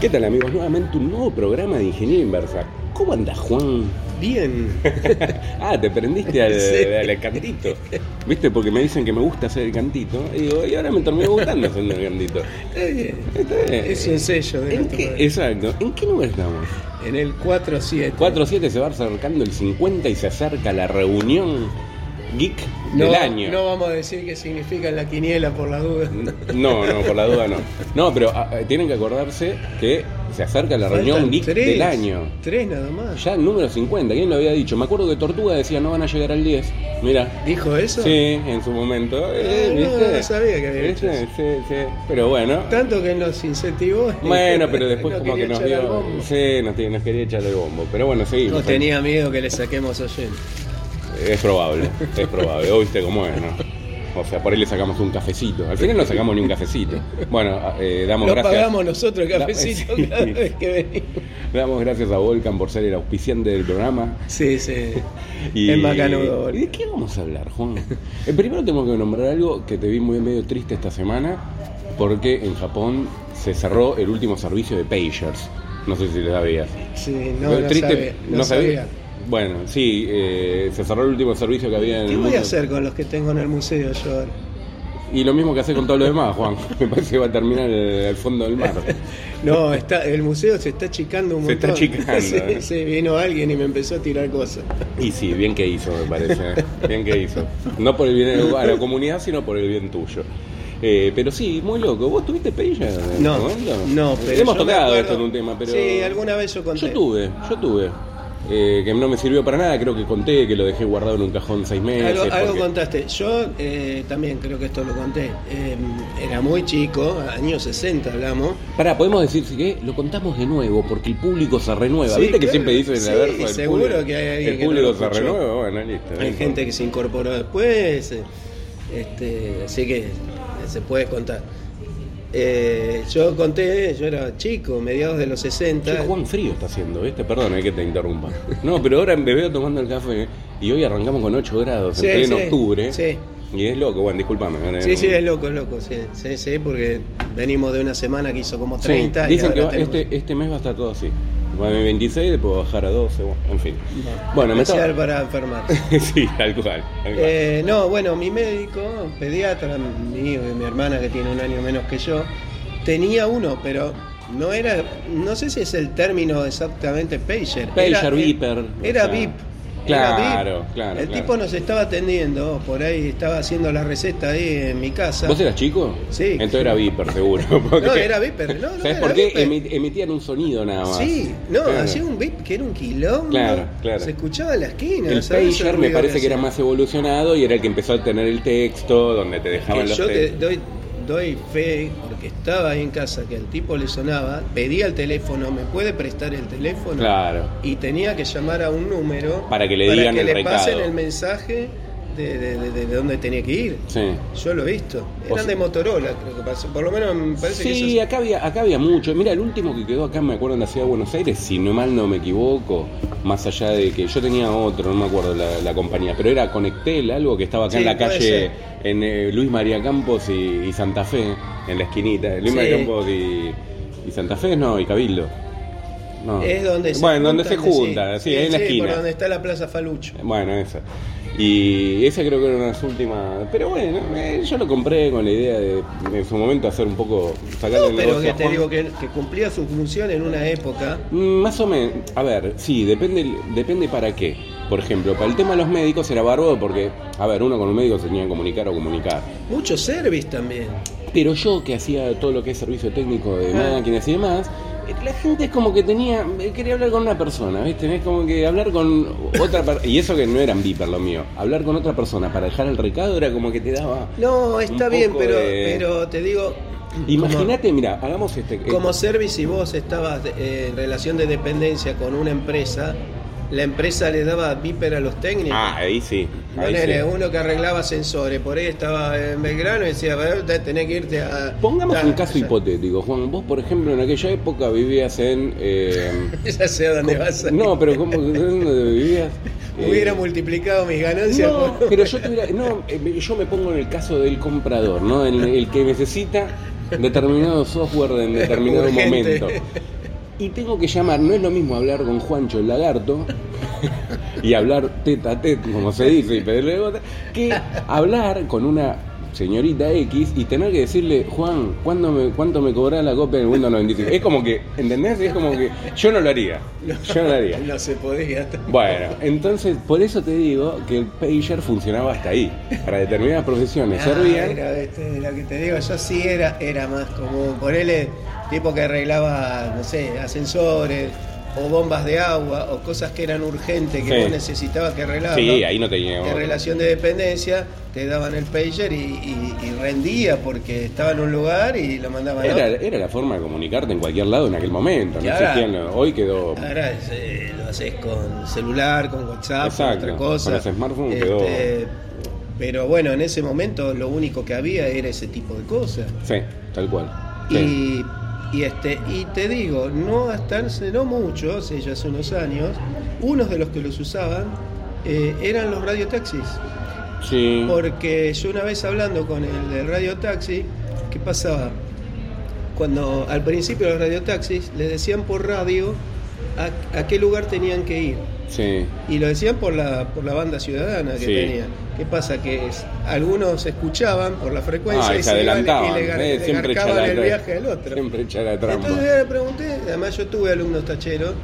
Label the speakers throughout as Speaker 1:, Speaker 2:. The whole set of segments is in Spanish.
Speaker 1: ¿Qué tal amigos? Nuevamente un nuevo programa de Ingeniería Inversa. ¿Cómo andas, Juan?
Speaker 2: Bien.
Speaker 1: Ah, te prendiste al,
Speaker 2: Sí.
Speaker 1: al cantito. ¿Viste? Porque me dicen que me gusta hacer el cantito. Y digo, y ahora me terminó gustando hacer el cantito.
Speaker 2: Está bien.
Speaker 1: Está bien.
Speaker 2: Es un sello de
Speaker 1: ¿En
Speaker 2: nuestro
Speaker 1: qué,
Speaker 2: programa.
Speaker 1: exacto. ¿En qué número estamos?
Speaker 2: En el 4-7.
Speaker 1: 4-7 se va acercando el 50 y se acerca la reunión geek
Speaker 2: no,
Speaker 1: del año.
Speaker 2: No vamos a decir qué significa la quiniela por la duda.
Speaker 1: No, no, por la duda no. No, pero ah, ah, tienen que acordarse que se acerca la reunión
Speaker 2: Faltan
Speaker 1: geek
Speaker 2: tres,
Speaker 1: del año.
Speaker 2: Tres nada más.
Speaker 1: Ya el número 50, ¿quién lo había dicho? Me acuerdo que Tortuga decía no van a llegar al 10. Mira.
Speaker 2: ¿Dijo eso?
Speaker 1: Sí, en su momento. Eh,
Speaker 2: Ah, no,
Speaker 1: ¿viste?
Speaker 2: no sabía que había
Speaker 1: ¿Viste?
Speaker 2: dicho eso.
Speaker 1: Sí, sí. Pero bueno.
Speaker 2: Tanto que nos incentivó.
Speaker 1: Bueno, pero después
Speaker 2: No
Speaker 1: como que
Speaker 2: quería
Speaker 1: nos
Speaker 2: echar al
Speaker 1: dio...
Speaker 2: bombo.
Speaker 1: Sí, nos, nos quería echar el bombo. Pero bueno, seguimos.
Speaker 2: No tenía miedo que le saquemos oyentes.
Speaker 1: Es probable, es probable. O viste cómo es, ¿no? O sea, por ahí le sacamos un cafecito. Al final no sacamos ni un cafecito. Bueno, eh, damos
Speaker 2: Lo
Speaker 1: gracias.
Speaker 2: pagamos nosotros el
Speaker 1: Da-
Speaker 2: cafecito
Speaker 1: sí.
Speaker 2: cada vez que venimos.
Speaker 1: Damos gracias a Volcan por ser el auspiciante del programa.
Speaker 2: Sí, sí.
Speaker 1: Y,
Speaker 2: Es macanudo.
Speaker 1: ¿Y de qué vamos a hablar, Juan? Eh, primero tengo que nombrar algo que te vi muy medio triste esta semana, porque en Japón se cerró el último servicio de pagers. No sé si lo sabías.
Speaker 2: Sí, no,
Speaker 1: Pero
Speaker 2: no
Speaker 1: triste-
Speaker 2: sabía, no
Speaker 1: no
Speaker 2: sabía.
Speaker 1: Bueno, sí, eh, se cerró el último servicio que había en
Speaker 2: ¿Qué
Speaker 1: el
Speaker 2: voy
Speaker 1: mundo.
Speaker 2: a hacer con los que tengo en el museo yo ahora?
Speaker 1: Y lo mismo que hace con todo lo demás, Juan. Me parece que va a terminar el, el fondo del mar.
Speaker 2: No, está, el museo se está achicando un
Speaker 1: Se está
Speaker 2: montón.
Speaker 1: achicando,
Speaker 2: Sí,
Speaker 1: ¿eh?
Speaker 2: sí, vino alguien y me empezó a tirar cosas.
Speaker 1: Y sí, bien que hizo, me parece. ¿eh? Bien que hizo. No por el bien a la comunidad, sino por el bien tuyo. Eh, pero sí, muy loco. ¿Vos tuviste perilla? en
Speaker 2: No,
Speaker 1: algún momento? Eh,
Speaker 2: no, pero
Speaker 1: Hemos
Speaker 2: yo me
Speaker 1: tocado
Speaker 2: acuerdo-
Speaker 1: esto en un tema, pero.
Speaker 2: Sí, alguna vez yo conté.
Speaker 1: Yo tuve, yo tuve. Eh, que no me sirvió para nada, creo que conté que lo dejé guardado en un cajón seis meses.
Speaker 2: Algo, algo
Speaker 1: eh, porque-
Speaker 2: contaste. Yo eh, también creo que esto lo conté. Eh, era muy chico, años 60 hablamos.
Speaker 1: Pará, podemos decir si que lo contamos de nuevo, porque el público se renueva.
Speaker 2: Sí,
Speaker 1: ¿Viste que
Speaker 2: claro.
Speaker 1: siempre dicen en
Speaker 2: Sí,
Speaker 1: la verso del
Speaker 2: seguro
Speaker 1: público?
Speaker 2: que hay alguien
Speaker 1: El
Speaker 2: que no
Speaker 1: público
Speaker 2: lo
Speaker 1: se
Speaker 2: escuchó.
Speaker 1: renueva, bueno, listo.
Speaker 2: Hay
Speaker 1: listo.
Speaker 2: gente que se incorporó después, eh, este, así que eh, se puede contar. Eh, yo conté, yo era chico, mediados de los 60.
Speaker 1: Che, Juan Frío está haciendo, ¿viste? Perdón, hay que te interrumpa. No, pero ahora me veo tomando el café y hoy arrancamos con 8 grados
Speaker 2: Sí,
Speaker 1: en pleno
Speaker 2: sí,
Speaker 1: octubre.
Speaker 2: sí.
Speaker 1: Y es loco, ¿eh? bueno, disculpame. ahora
Speaker 2: Sí,
Speaker 1: no-
Speaker 2: sí, es loco, es loco, sí, sí, sí, porque venimos de una semana que hizo como
Speaker 1: Sí,
Speaker 2: 30. y
Speaker 1: Dicen
Speaker 2: ahora
Speaker 1: que va-
Speaker 2: tenemos-
Speaker 1: este, este mes va a estar todo así. Va a 26, después va a bajar a 12, bueno, en fin. Bueno, me
Speaker 2: Especial
Speaker 1: estaba...
Speaker 2: para enfermar.
Speaker 1: sí, tal cual. tal cual.
Speaker 2: Eh, no, bueno, mi médico, pediatra, mío y mi hermana que tiene un año menos que yo, tenía uno, pero no era, no sé si es el término exactamente pager.
Speaker 1: Pager,
Speaker 2: era,
Speaker 1: beeper,
Speaker 2: Era
Speaker 1: o sea,
Speaker 2: VIP.
Speaker 1: claro,
Speaker 2: era VIP.
Speaker 1: claro,
Speaker 2: El
Speaker 1: claro.
Speaker 2: tipo nos estaba atendiendo, por ahí estaba haciendo la receta ahí en mi casa.
Speaker 1: ¿Vos eras chico?
Speaker 2: Sí.
Speaker 1: Entonces era Viper, seguro. porque-
Speaker 2: No, era Viper, no, no,
Speaker 1: ¿Sabés
Speaker 2: era
Speaker 1: por qué?
Speaker 2: Viper.
Speaker 1: Emi- Emitían un sonido nada más. Eh,
Speaker 2: Sí, no,
Speaker 1: Claro.
Speaker 2: hacía un beep que era un quilombo.
Speaker 1: Claro, claro.
Speaker 2: Se escuchaba en la esquina.
Speaker 1: El
Speaker 2: ¿sabes? Ese
Speaker 1: pager me
Speaker 2: ruido
Speaker 1: parece que era
Speaker 2: hacía.
Speaker 1: más evolucionado y era el que empezó a tener el texto, donde te dejaban
Speaker 2: Que
Speaker 1: los
Speaker 2: yo te
Speaker 1: textos.
Speaker 2: doy, doy fe, porque estaba ahí en casa, que al tipo le sonaba, pedía el teléfono, ¿me puede prestar el teléfono?
Speaker 1: Claro.
Speaker 2: Y tenía que llamar a un número
Speaker 1: Para que le digan
Speaker 2: que
Speaker 1: el
Speaker 2: le
Speaker 1: recado.
Speaker 2: pasen el mensaje de, de- de- de dónde tenía que ir.
Speaker 1: Sí.
Speaker 2: Yo lo he visto.
Speaker 1: O
Speaker 2: Eran
Speaker 1: sea-
Speaker 2: de Motorola, creo que pasó. Por lo menos me parece que
Speaker 1: Sí,
Speaker 2: eso es-
Speaker 1: acá había, acá había mucho. Mira, el último que quedó acá, me acuerdo, en la ciudad de Buenos Aires, si no mal no me equivoco, más allá de que yo tenía otro, no me acuerdo la, la compañía, pero era Conectel, algo que estaba acá
Speaker 2: Sí,
Speaker 1: en la
Speaker 2: puede
Speaker 1: calle,
Speaker 2: ser.
Speaker 1: en eh, Luis María Campos y, y Santa Fe, en la esquinita. Luis
Speaker 2: Sí.
Speaker 1: María Campos y, y Santa Fe, no, y Cabildo. No.
Speaker 2: es donde se
Speaker 1: Bueno, donde se
Speaker 2: juntan,
Speaker 1: junta, sí, ahí en la esquina.
Speaker 2: por donde está la Plaza Falucho.
Speaker 1: Bueno, esa. Y esa creo que era una de las últimas. Pero bueno, eh, yo lo compré con la idea de en su momento hacer un poco. Sacarle
Speaker 2: No,
Speaker 1: el
Speaker 2: pero
Speaker 1: negocio
Speaker 2: que
Speaker 1: a
Speaker 2: te
Speaker 1: Juan.
Speaker 2: digo que, que cumplía su función en una época.
Speaker 1: Mm, Más o menos. A ver, sí, depende, depende para qué. Por ejemplo, para el tema de los médicos era bárbaro porque, a ver, uno con un médico se tenía que comunicar o comunicar.
Speaker 2: Mucho service también.
Speaker 1: Pero yo que hacía todo lo que es servicio técnico de
Speaker 2: Ah.
Speaker 1: máquinas y demás, eh, la gente es como que tenía, eh, quería hablar con una persona, ¿viste? Es como que hablar con otra persona, y eso que no eran viper lo mío, hablar con otra persona para dejar el recado era como que te daba...
Speaker 2: No, está
Speaker 1: Un
Speaker 2: bien,
Speaker 1: poco
Speaker 2: pero,
Speaker 1: de-
Speaker 2: pero te digo.
Speaker 1: Imagínate, mira, hagamos este...
Speaker 2: Como, como service, si vos estabas eh, en relación de dependencia con una empresa, la empresa le daba viper a los técnicos.
Speaker 1: Ah, ahí sí. Ahí
Speaker 2: Ponele,
Speaker 1: sí.
Speaker 2: uno que arreglaba sensores, por ahí estaba en Belgrano y decía, "Eh, te- tenés que irte a. Ah,
Speaker 1: Pongamos
Speaker 2: a-
Speaker 1: un caso
Speaker 2: allá".
Speaker 1: hipotético, Juan. Vos, por ejemplo, en aquella época vivías en... eh,
Speaker 2: Ya sé a dónde vas a ir.
Speaker 1: no, pero ¿cómo dónde vivías? Eh,
Speaker 2: Hubiera multiplicado mis ganancias
Speaker 1: No,
Speaker 2: por-
Speaker 1: pero yo tuviera- no, eh, yo me pongo en el caso del comprador, ¿no? El, el que necesita determinado software en determinado
Speaker 2: Urgente.
Speaker 1: momento. Y tengo que llamar, no es lo mismo hablar con Juancho el lagarto y hablar teta a tete, como se dice, y pedirle gota, que hablar con una señorita X y tener que decirle, Juan, ¿cuándo me, ¿cuánto me cobrará la copia del Windows 95? Es como que, ¿entendés? Es como que yo no lo haría. Yo no lo haría.
Speaker 2: No se podía.
Speaker 1: Bueno, entonces por eso te digo que el pager funcionaba hasta ahí. Para determinadas profesiones
Speaker 2: Ah,
Speaker 1: servían.
Speaker 2: era, este, lo que te digo, yo sí era, era más como ponerle tipo que arreglaba, no sé, ascensores o bombas de agua o cosas que eran urgentes que
Speaker 1: Sí.
Speaker 2: vos necesitabas que arreglar.
Speaker 1: Sí, ahí no tenía.
Speaker 2: En relación de dependencia, te daban el pager y, y- y rendía porque estaba en un lugar y lo mandaban a
Speaker 1: Era,
Speaker 2: otro.
Speaker 1: era la forma de comunicarte en cualquier lado en aquel momento.
Speaker 2: Y
Speaker 1: No
Speaker 2: ahora-
Speaker 1: existían los- hoy quedó.
Speaker 2: Ahora eh, lo haces con celular, con WhatsApp,
Speaker 1: Exacto,
Speaker 2: con otra cosa.
Speaker 1: con los smartphones
Speaker 2: Este, Pero bueno, en ese momento lo único que había era ese tipo de cosas.
Speaker 1: Sí, tal cual. Sí.
Speaker 2: Y, y, este, y te digo, no hasta hace no muchos, ellos hace unos años, unos de los que los usaban eh, eran los radiotaxis.
Speaker 1: Sí.
Speaker 2: Porque yo una vez hablando con el del radiotaxi, ¿qué pasaba? Cuando al principio los radiotaxis les decían por radio a, a qué lugar tenían que ir.
Speaker 1: Sí.
Speaker 2: Y lo decían por la, por la banda ciudadana que
Speaker 1: Sí.
Speaker 2: tenía. ¿Qué pasa? Que es- algunos escuchaban por la frecuencia
Speaker 1: Ah, y
Speaker 2: y
Speaker 1: se
Speaker 2: iban
Speaker 1: adelantaban.
Speaker 2: pues, y le, gar-
Speaker 1: eh,
Speaker 2: le
Speaker 1: siempre echa
Speaker 2: garcaban
Speaker 1: la
Speaker 2: el
Speaker 1: tra-
Speaker 2: viaje al otro.
Speaker 1: Siempre echa la trampa.
Speaker 2: Entonces yo le pregunté, además yo tuve alumnos tacheros,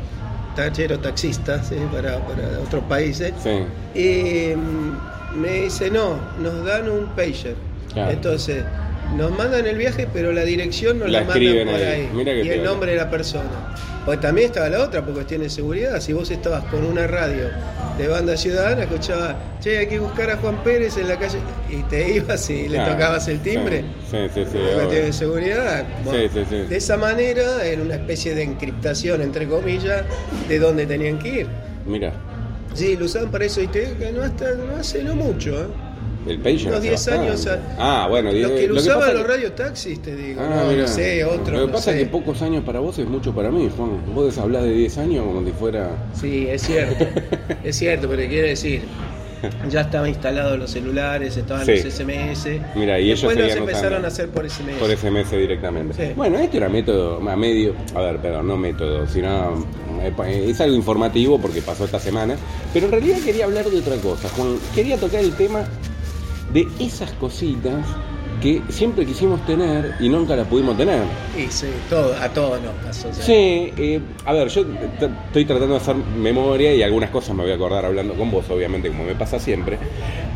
Speaker 2: tacheros taxistas ¿sí? para, para otros países,
Speaker 1: Sí.
Speaker 2: y mm, me dice, no, nos dan un pager.
Speaker 1: Claro.
Speaker 2: Entonces, nos mandan el viaje, pero la dirección nos
Speaker 1: La
Speaker 2: la,
Speaker 1: escriben
Speaker 2: mandan por
Speaker 1: ahí.
Speaker 2: ahí,
Speaker 1: Mirá que
Speaker 2: y el
Speaker 1: piola.
Speaker 2: nombre de la persona. Pues también estaba la otra, por cuestiones de seguridad. Si vos estabas con una radio de banda ciudadana, escuchabas, che, hay que buscar a Juan Pérez en la calle, y te ibas y le
Speaker 1: Claro.
Speaker 2: tocabas el timbre.
Speaker 1: Ah. Sí, sí, sí. sí,
Speaker 2: Por cuestiones de
Speaker 1: obvio.
Speaker 2: seguridad.
Speaker 1: Sí, sí, sí.
Speaker 2: De esa manera, era una especie de encriptación, entre comillas, de dónde tenían que ir.
Speaker 1: Mira,
Speaker 2: Sí, lo usaban para eso y te digo que no, hasta, no hace no mucho. ¿eh?
Speaker 1: el pager.
Speaker 2: Unos
Speaker 1: hace
Speaker 2: 10 años,
Speaker 1: bastante.
Speaker 2: o
Speaker 1: Ah, bueno,
Speaker 2: Los que lo
Speaker 1: pasa
Speaker 2: usaban los
Speaker 1: que-
Speaker 2: radiotaxis, te digo.
Speaker 1: Ah,
Speaker 2: no, no
Speaker 1: mirá.
Speaker 2: sé, otro.
Speaker 1: Lo que
Speaker 2: no
Speaker 1: pasa
Speaker 2: sé.
Speaker 1: es que pocos años para vos es mucho para mí, Juan. Vos hablás de 10 años como si fuera.
Speaker 2: Sí, es cierto. es cierto, pero quiere decir. Ya estaban instalados los celulares, estaban
Speaker 1: Sí.
Speaker 2: los SMS.
Speaker 1: Mira, y ellos
Speaker 2: Después los
Speaker 1: seguían
Speaker 2: empezaron
Speaker 1: usando.
Speaker 2: a hacer por SMS.
Speaker 1: Por SMS directamente.
Speaker 2: Sí.
Speaker 1: Bueno, este era método, a medio, a ver, perdón, no método, sino eh, pa- eh, es algo informativo porque pasó esta semana, pero en realidad quería hablar de otra cosa, Juan, quería tocar el tema de esas cositas que siempre quisimos tener y nunca las pudimos tener.
Speaker 2: Y sí, todo, a todos nos pasó. o sea,
Speaker 1: Sí, eh, a ver, yo t- estoy tratando de hacer memoria y algunas cosas me voy a acordar hablando con vos, obviamente, como me pasa siempre.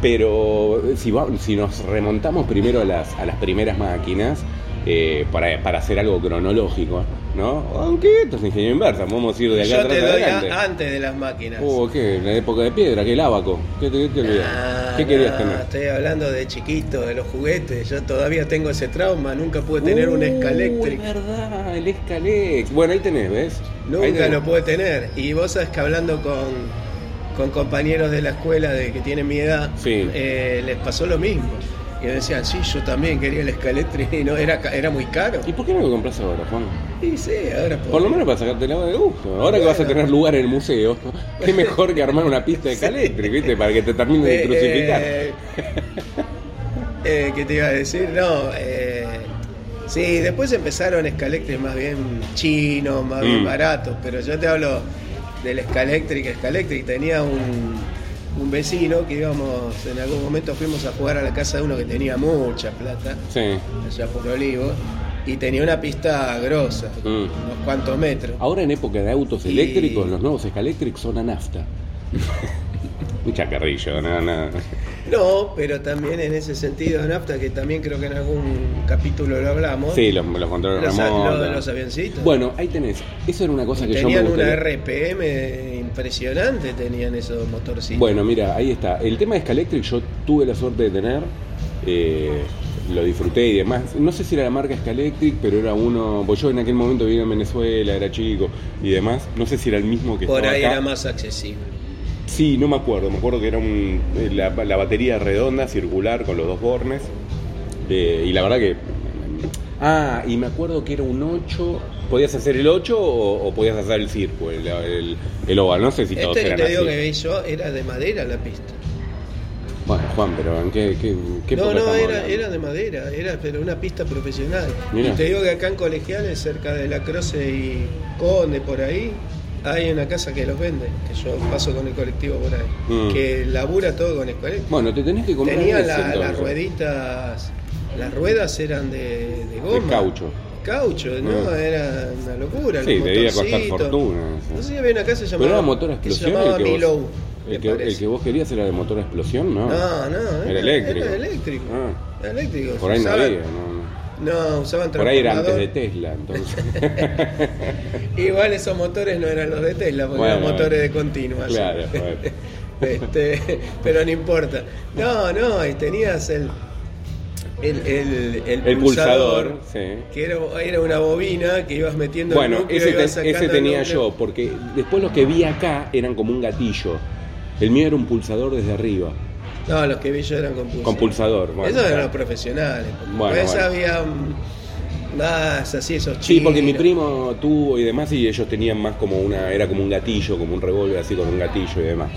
Speaker 1: Pero si, va- si nos remontamos primero a las, a las primeras máquinas, eh, para, para hacer algo cronológico, ¿no? Aunque esto es ingenio inversa, podemos ir de acá
Speaker 2: Yo
Speaker 1: atrás
Speaker 2: te
Speaker 1: en
Speaker 2: doy
Speaker 1: adelante.
Speaker 2: a- ah, antes de las máquinas.
Speaker 1: Oh, ¿qué? La época de piedra, que el abaco. ¿Qué, te- qué te olvidás?
Speaker 2: Ah,
Speaker 1: ¿Qué querías
Speaker 2: no,
Speaker 1: tener?
Speaker 2: Estoy hablando de chiquito, de los juguetes. Yo todavía tengo ese trauma. Nunca pude tener un
Speaker 1: Uh,
Speaker 2: Escalectric.
Speaker 1: Es verdad, el escalex. Bueno, ahí tenés, ¿ves? Ahí
Speaker 2: Nunca
Speaker 1: tenés.
Speaker 2: lo pude tener. Y vos sabes que hablando con, con compañeros de la escuela de que tienen mi edad,
Speaker 1: Sí.
Speaker 2: eh, les pasó lo mismo. Y me decían, sí, yo también quería el Escalectric y no, era, ca- era muy caro.
Speaker 1: ¿Y por qué no lo compras ahora, Juan?
Speaker 2: Y sí, ahora
Speaker 1: Por lo
Speaker 2: podés.
Speaker 1: menos para sacarte la de gusto. Ahora que
Speaker 2: Bueno.
Speaker 1: vas a tener lugar en el museo, qué mejor que armar una pista de caléctric, ¿viste? Para que te terminen de
Speaker 2: Eh,
Speaker 1: crucificar.
Speaker 2: eh, eh, ¿Qué te iba a decir? No, eh, sí, después empezaron escalectres más bien chinos, más bien
Speaker 1: Mm.
Speaker 2: baratos, pero yo te hablo del escalectric, escalectric tenía un, un vecino que íbamos, en algún momento fuimos a jugar a la casa de uno que tenía mucha plata,
Speaker 1: Sí.
Speaker 2: allá por Olivos, y tenía una pista grosa,
Speaker 1: Mm.
Speaker 2: unos cuantos metros.
Speaker 1: Ahora en época de autos
Speaker 2: Y-
Speaker 1: eléctricos, los nuevos escaléctricos son a nafta. Un chacarrillo, no, no.
Speaker 2: No, pero también en ese sentido, Nafta, que también creo que en algún capítulo lo hablamos.
Speaker 1: Sí, los, los controles
Speaker 2: Los, a-
Speaker 1: remotos.
Speaker 2: lo- los avioncitos.
Speaker 1: Bueno, ahí tenés. Eso era una cosa que yo
Speaker 2: tenían
Speaker 1: me
Speaker 2: una
Speaker 1: gustaría-
Speaker 2: RPM impresionante, tenían esos motorcitos.
Speaker 1: Bueno, mira, ahí está. El tema de Scalectric yo tuve la suerte de tener. eh, lo disfruté y demás. No sé si era la marca Scalectric, pero era uno. Pues yo en aquel momento vivía en Venezuela, era chico y demás. No sé si era el mismo que
Speaker 2: Por
Speaker 1: estaba
Speaker 2: ahí
Speaker 1: acá.
Speaker 2: era más accesible.
Speaker 1: Sí, no me acuerdo. Me acuerdo que era un, eh, la, la batería redonda, circular, con los dos bornes. Eh, y la verdad que. Ah, y me acuerdo que era un 8. ¿Podías hacer el 8 o, o podías hacer el circo, el, el, el oval? No sé si todos
Speaker 2: este que
Speaker 1: eran
Speaker 2: te digo
Speaker 1: así.
Speaker 2: que vi yo era de madera la pista.
Speaker 1: Bueno, Juan, pero ¿en qué, qué, qué
Speaker 2: no,
Speaker 1: época
Speaker 2: no,
Speaker 1: estamos
Speaker 2: era,
Speaker 1: hablando?
Speaker 2: era de madera, era pero una pista profesional.
Speaker 1: Mirá.
Speaker 2: Y te digo que acá en Colegiales, cerca de La Croce y Conde, por ahí, hay una casa que los vende, que yo paso con el colectivo por ahí,
Speaker 1: Mm.
Speaker 2: que labura todo con el colectivo.
Speaker 1: Bueno, te tenés que comprar
Speaker 2: Tenía
Speaker 1: ese,
Speaker 2: la- las
Speaker 1: entonces.
Speaker 2: rueditas, las ruedas eran de, de goma.
Speaker 1: caucho.
Speaker 2: Caucho, no,
Speaker 1: Ah.
Speaker 2: era una locura.
Speaker 1: Sí,
Speaker 2: los
Speaker 1: debía costar
Speaker 2: motorcitos.
Speaker 1: fortuna, sí.
Speaker 2: No sé si había una casa llamada.
Speaker 1: Pero era motor a
Speaker 2: que se
Speaker 1: explosión
Speaker 2: llamaba
Speaker 1: el que,
Speaker 2: Milou,
Speaker 1: vos,
Speaker 2: me
Speaker 1: el, que, el
Speaker 2: parece.
Speaker 1: que vos querías era de motor a explosión, ¿no?
Speaker 2: No, no,
Speaker 1: Era eléctrico.
Speaker 2: Era eléctrico.
Speaker 1: Ah.
Speaker 2: Era eléctrico.
Speaker 1: Por ahí no
Speaker 2: Usaban-
Speaker 1: había, no, no.
Speaker 2: No, usaban
Speaker 1: Por ahí era antes de
Speaker 2: transformador.
Speaker 1: Tesla, entonces.
Speaker 2: Igual esos motores no eran los de Tesla, porque
Speaker 1: Bueno,
Speaker 2: eran motores de
Speaker 1: bueno.
Speaker 2: continua. así.
Speaker 1: Claro, bueno.
Speaker 2: Este, pero no importa. No, no, y tenías el. El, el, el
Speaker 1: El pulsador, sí.
Speaker 2: que era, era una bobina que ibas metiendo
Speaker 1: Bueno,
Speaker 2: el núcleo,
Speaker 1: ese,
Speaker 2: ibas
Speaker 1: te- ese
Speaker 2: sacando el
Speaker 1: tenía
Speaker 2: núcleo.
Speaker 1: yo, porque después los que vi acá eran como un gatillo. El mío era un pulsador desde arriba.
Speaker 2: No, los que vi yo eran con pulsador.
Speaker 1: Con pulsador, bueno,
Speaker 2: Esos eran
Speaker 1: claro.
Speaker 2: los profesionales. porque
Speaker 1: Bueno,
Speaker 2: después
Speaker 1: bueno.
Speaker 2: había mm, más así, esos chicos.
Speaker 1: Sí, porque mi primo tuvo y demás y ellos tenían más como una, era como un gatillo, como un revólver así con un gatillo y demás.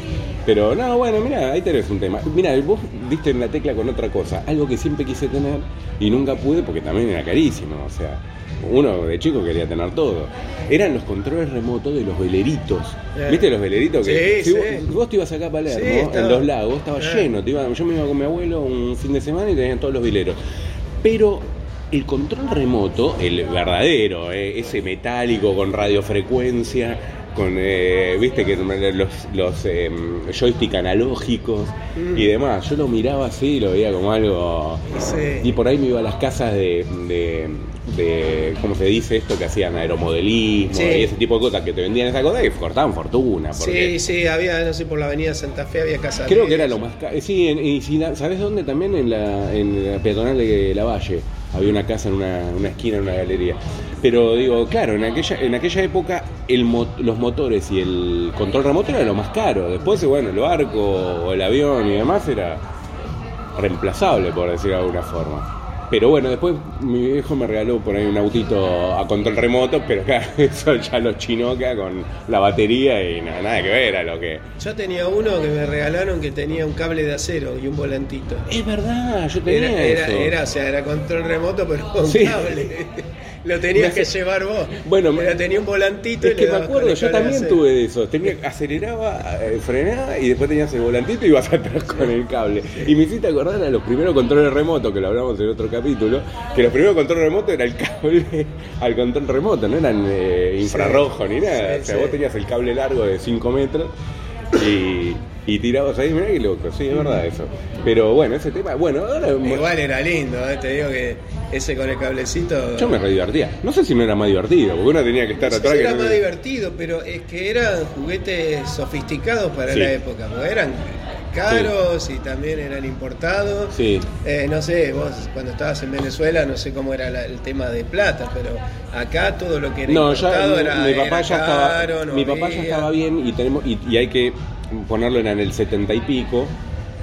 Speaker 1: Pero no, bueno, mira, ahí tenés un tema. Mira, vos diste en la tecla con otra cosa, algo que siempre quise tener y nunca pude porque también era carísimo, o sea, uno de chico quería tener todo. Eran los controles remotos de los veleritos.
Speaker 2: Eh.
Speaker 1: ¿Viste los veleritos que
Speaker 2: Sí,
Speaker 1: si vos-
Speaker 2: sí.
Speaker 1: Vos, te ibas acá a Palermo,
Speaker 2: Sí, estaba-
Speaker 1: en los lagos, estaba
Speaker 2: Eh.
Speaker 1: lleno, te iba- yo me iba con mi abuelo un fin de semana y tenían todos los veleros. Pero el control remoto, el verdadero, eh, ese metálico con radiofrecuencia, con, eh, viste, que los, los eh, joystick analógicos
Speaker 2: Mm.
Speaker 1: y demás, yo lo miraba así y lo veía como algo...
Speaker 2: Sí.
Speaker 1: Y por ahí me iba a las casas de, de, de- ¿cómo se dice esto? Que hacían aeromodelismo
Speaker 2: Sí.
Speaker 1: y ese tipo de cosas que te vendían esa cosa y cortaban fortuna. Porque
Speaker 2: Sí, sí, había, no sé, por la avenida Santa Fe había casa.
Speaker 1: Creo
Speaker 2: de-
Speaker 1: que era lo más caro. Sí, en- y si la- ¿sabés dónde también? En la, en la peatonal de La Valle. Había una casa en una, una esquina, en una galería. Pero digo, claro, en aquella, en aquella época el mo- los motores y el control remoto era lo más caro. Después, bueno, el barco o el avión y demás era reemplazable, por decir de alguna forma. Pero bueno, después mi viejo me regaló por ahí un autito a control remoto, pero claro, eso ya lo chinoca con la batería y nada, nada que ver a lo que...
Speaker 2: Yo tenía uno que me regalaron que tenía un cable de acero y un volantito.
Speaker 1: Es verdad, yo tenía
Speaker 2: Era, era,
Speaker 1: eso.
Speaker 2: era, o sea, era control remoto, pero con
Speaker 1: Sí.
Speaker 2: cable. Lo tenías
Speaker 1: Me
Speaker 2: que
Speaker 1: hace-
Speaker 2: llevar vos.
Speaker 1: Bueno,
Speaker 2: pero
Speaker 1: me-
Speaker 2: tenía un volantito
Speaker 1: Es
Speaker 2: y
Speaker 1: que
Speaker 2: le
Speaker 1: me
Speaker 2: dabas con
Speaker 1: acuerdo,
Speaker 2: el
Speaker 1: yo
Speaker 2: cable de
Speaker 1: también
Speaker 2: acero.
Speaker 1: tuve de esos. Tenía, aceleraba, eh, frenaba y después tenías el volantito y ibas atrás con el cable. Y me hiciste acordar a los primeros controles remotos, que lo hablamos en otro capítulo, que los primeros controles remotos era el cable al control remoto, no eran eh, infrarrojo ni nada.
Speaker 2: Sí,
Speaker 1: o sea,
Speaker 2: sí.
Speaker 1: vos tenías el cable largo de 5 metros y, y tirabas ahí, mirá qué loco, sí, es verdad eso. Pero bueno, ese tema, bueno, ahora...
Speaker 2: Igual era lindo, ¿eh? te digo que ese con el cablecito.
Speaker 1: Yo me re divertía. No sé si no era más divertido, porque uno tenía que estar
Speaker 2: No sé
Speaker 1: atrás.
Speaker 2: si
Speaker 1: que
Speaker 2: era
Speaker 1: no-
Speaker 2: más divertido, pero es que eran juguetes sofisticados para
Speaker 1: Sí.
Speaker 2: la época, porque eran caros y también eran importados.
Speaker 1: Sí.
Speaker 2: Eh, no sé, vos cuando estabas en Venezuela, no sé cómo era la- el tema de plata, pero acá todo lo que era
Speaker 1: No, ya
Speaker 2: importado
Speaker 1: mi,
Speaker 2: era,
Speaker 1: mi papá
Speaker 2: era
Speaker 1: ya estaba,
Speaker 2: caro, no
Speaker 1: mi papá
Speaker 2: había.
Speaker 1: ya estaba bien y tenemos y, y hay que ponerlo en el 70 y pico,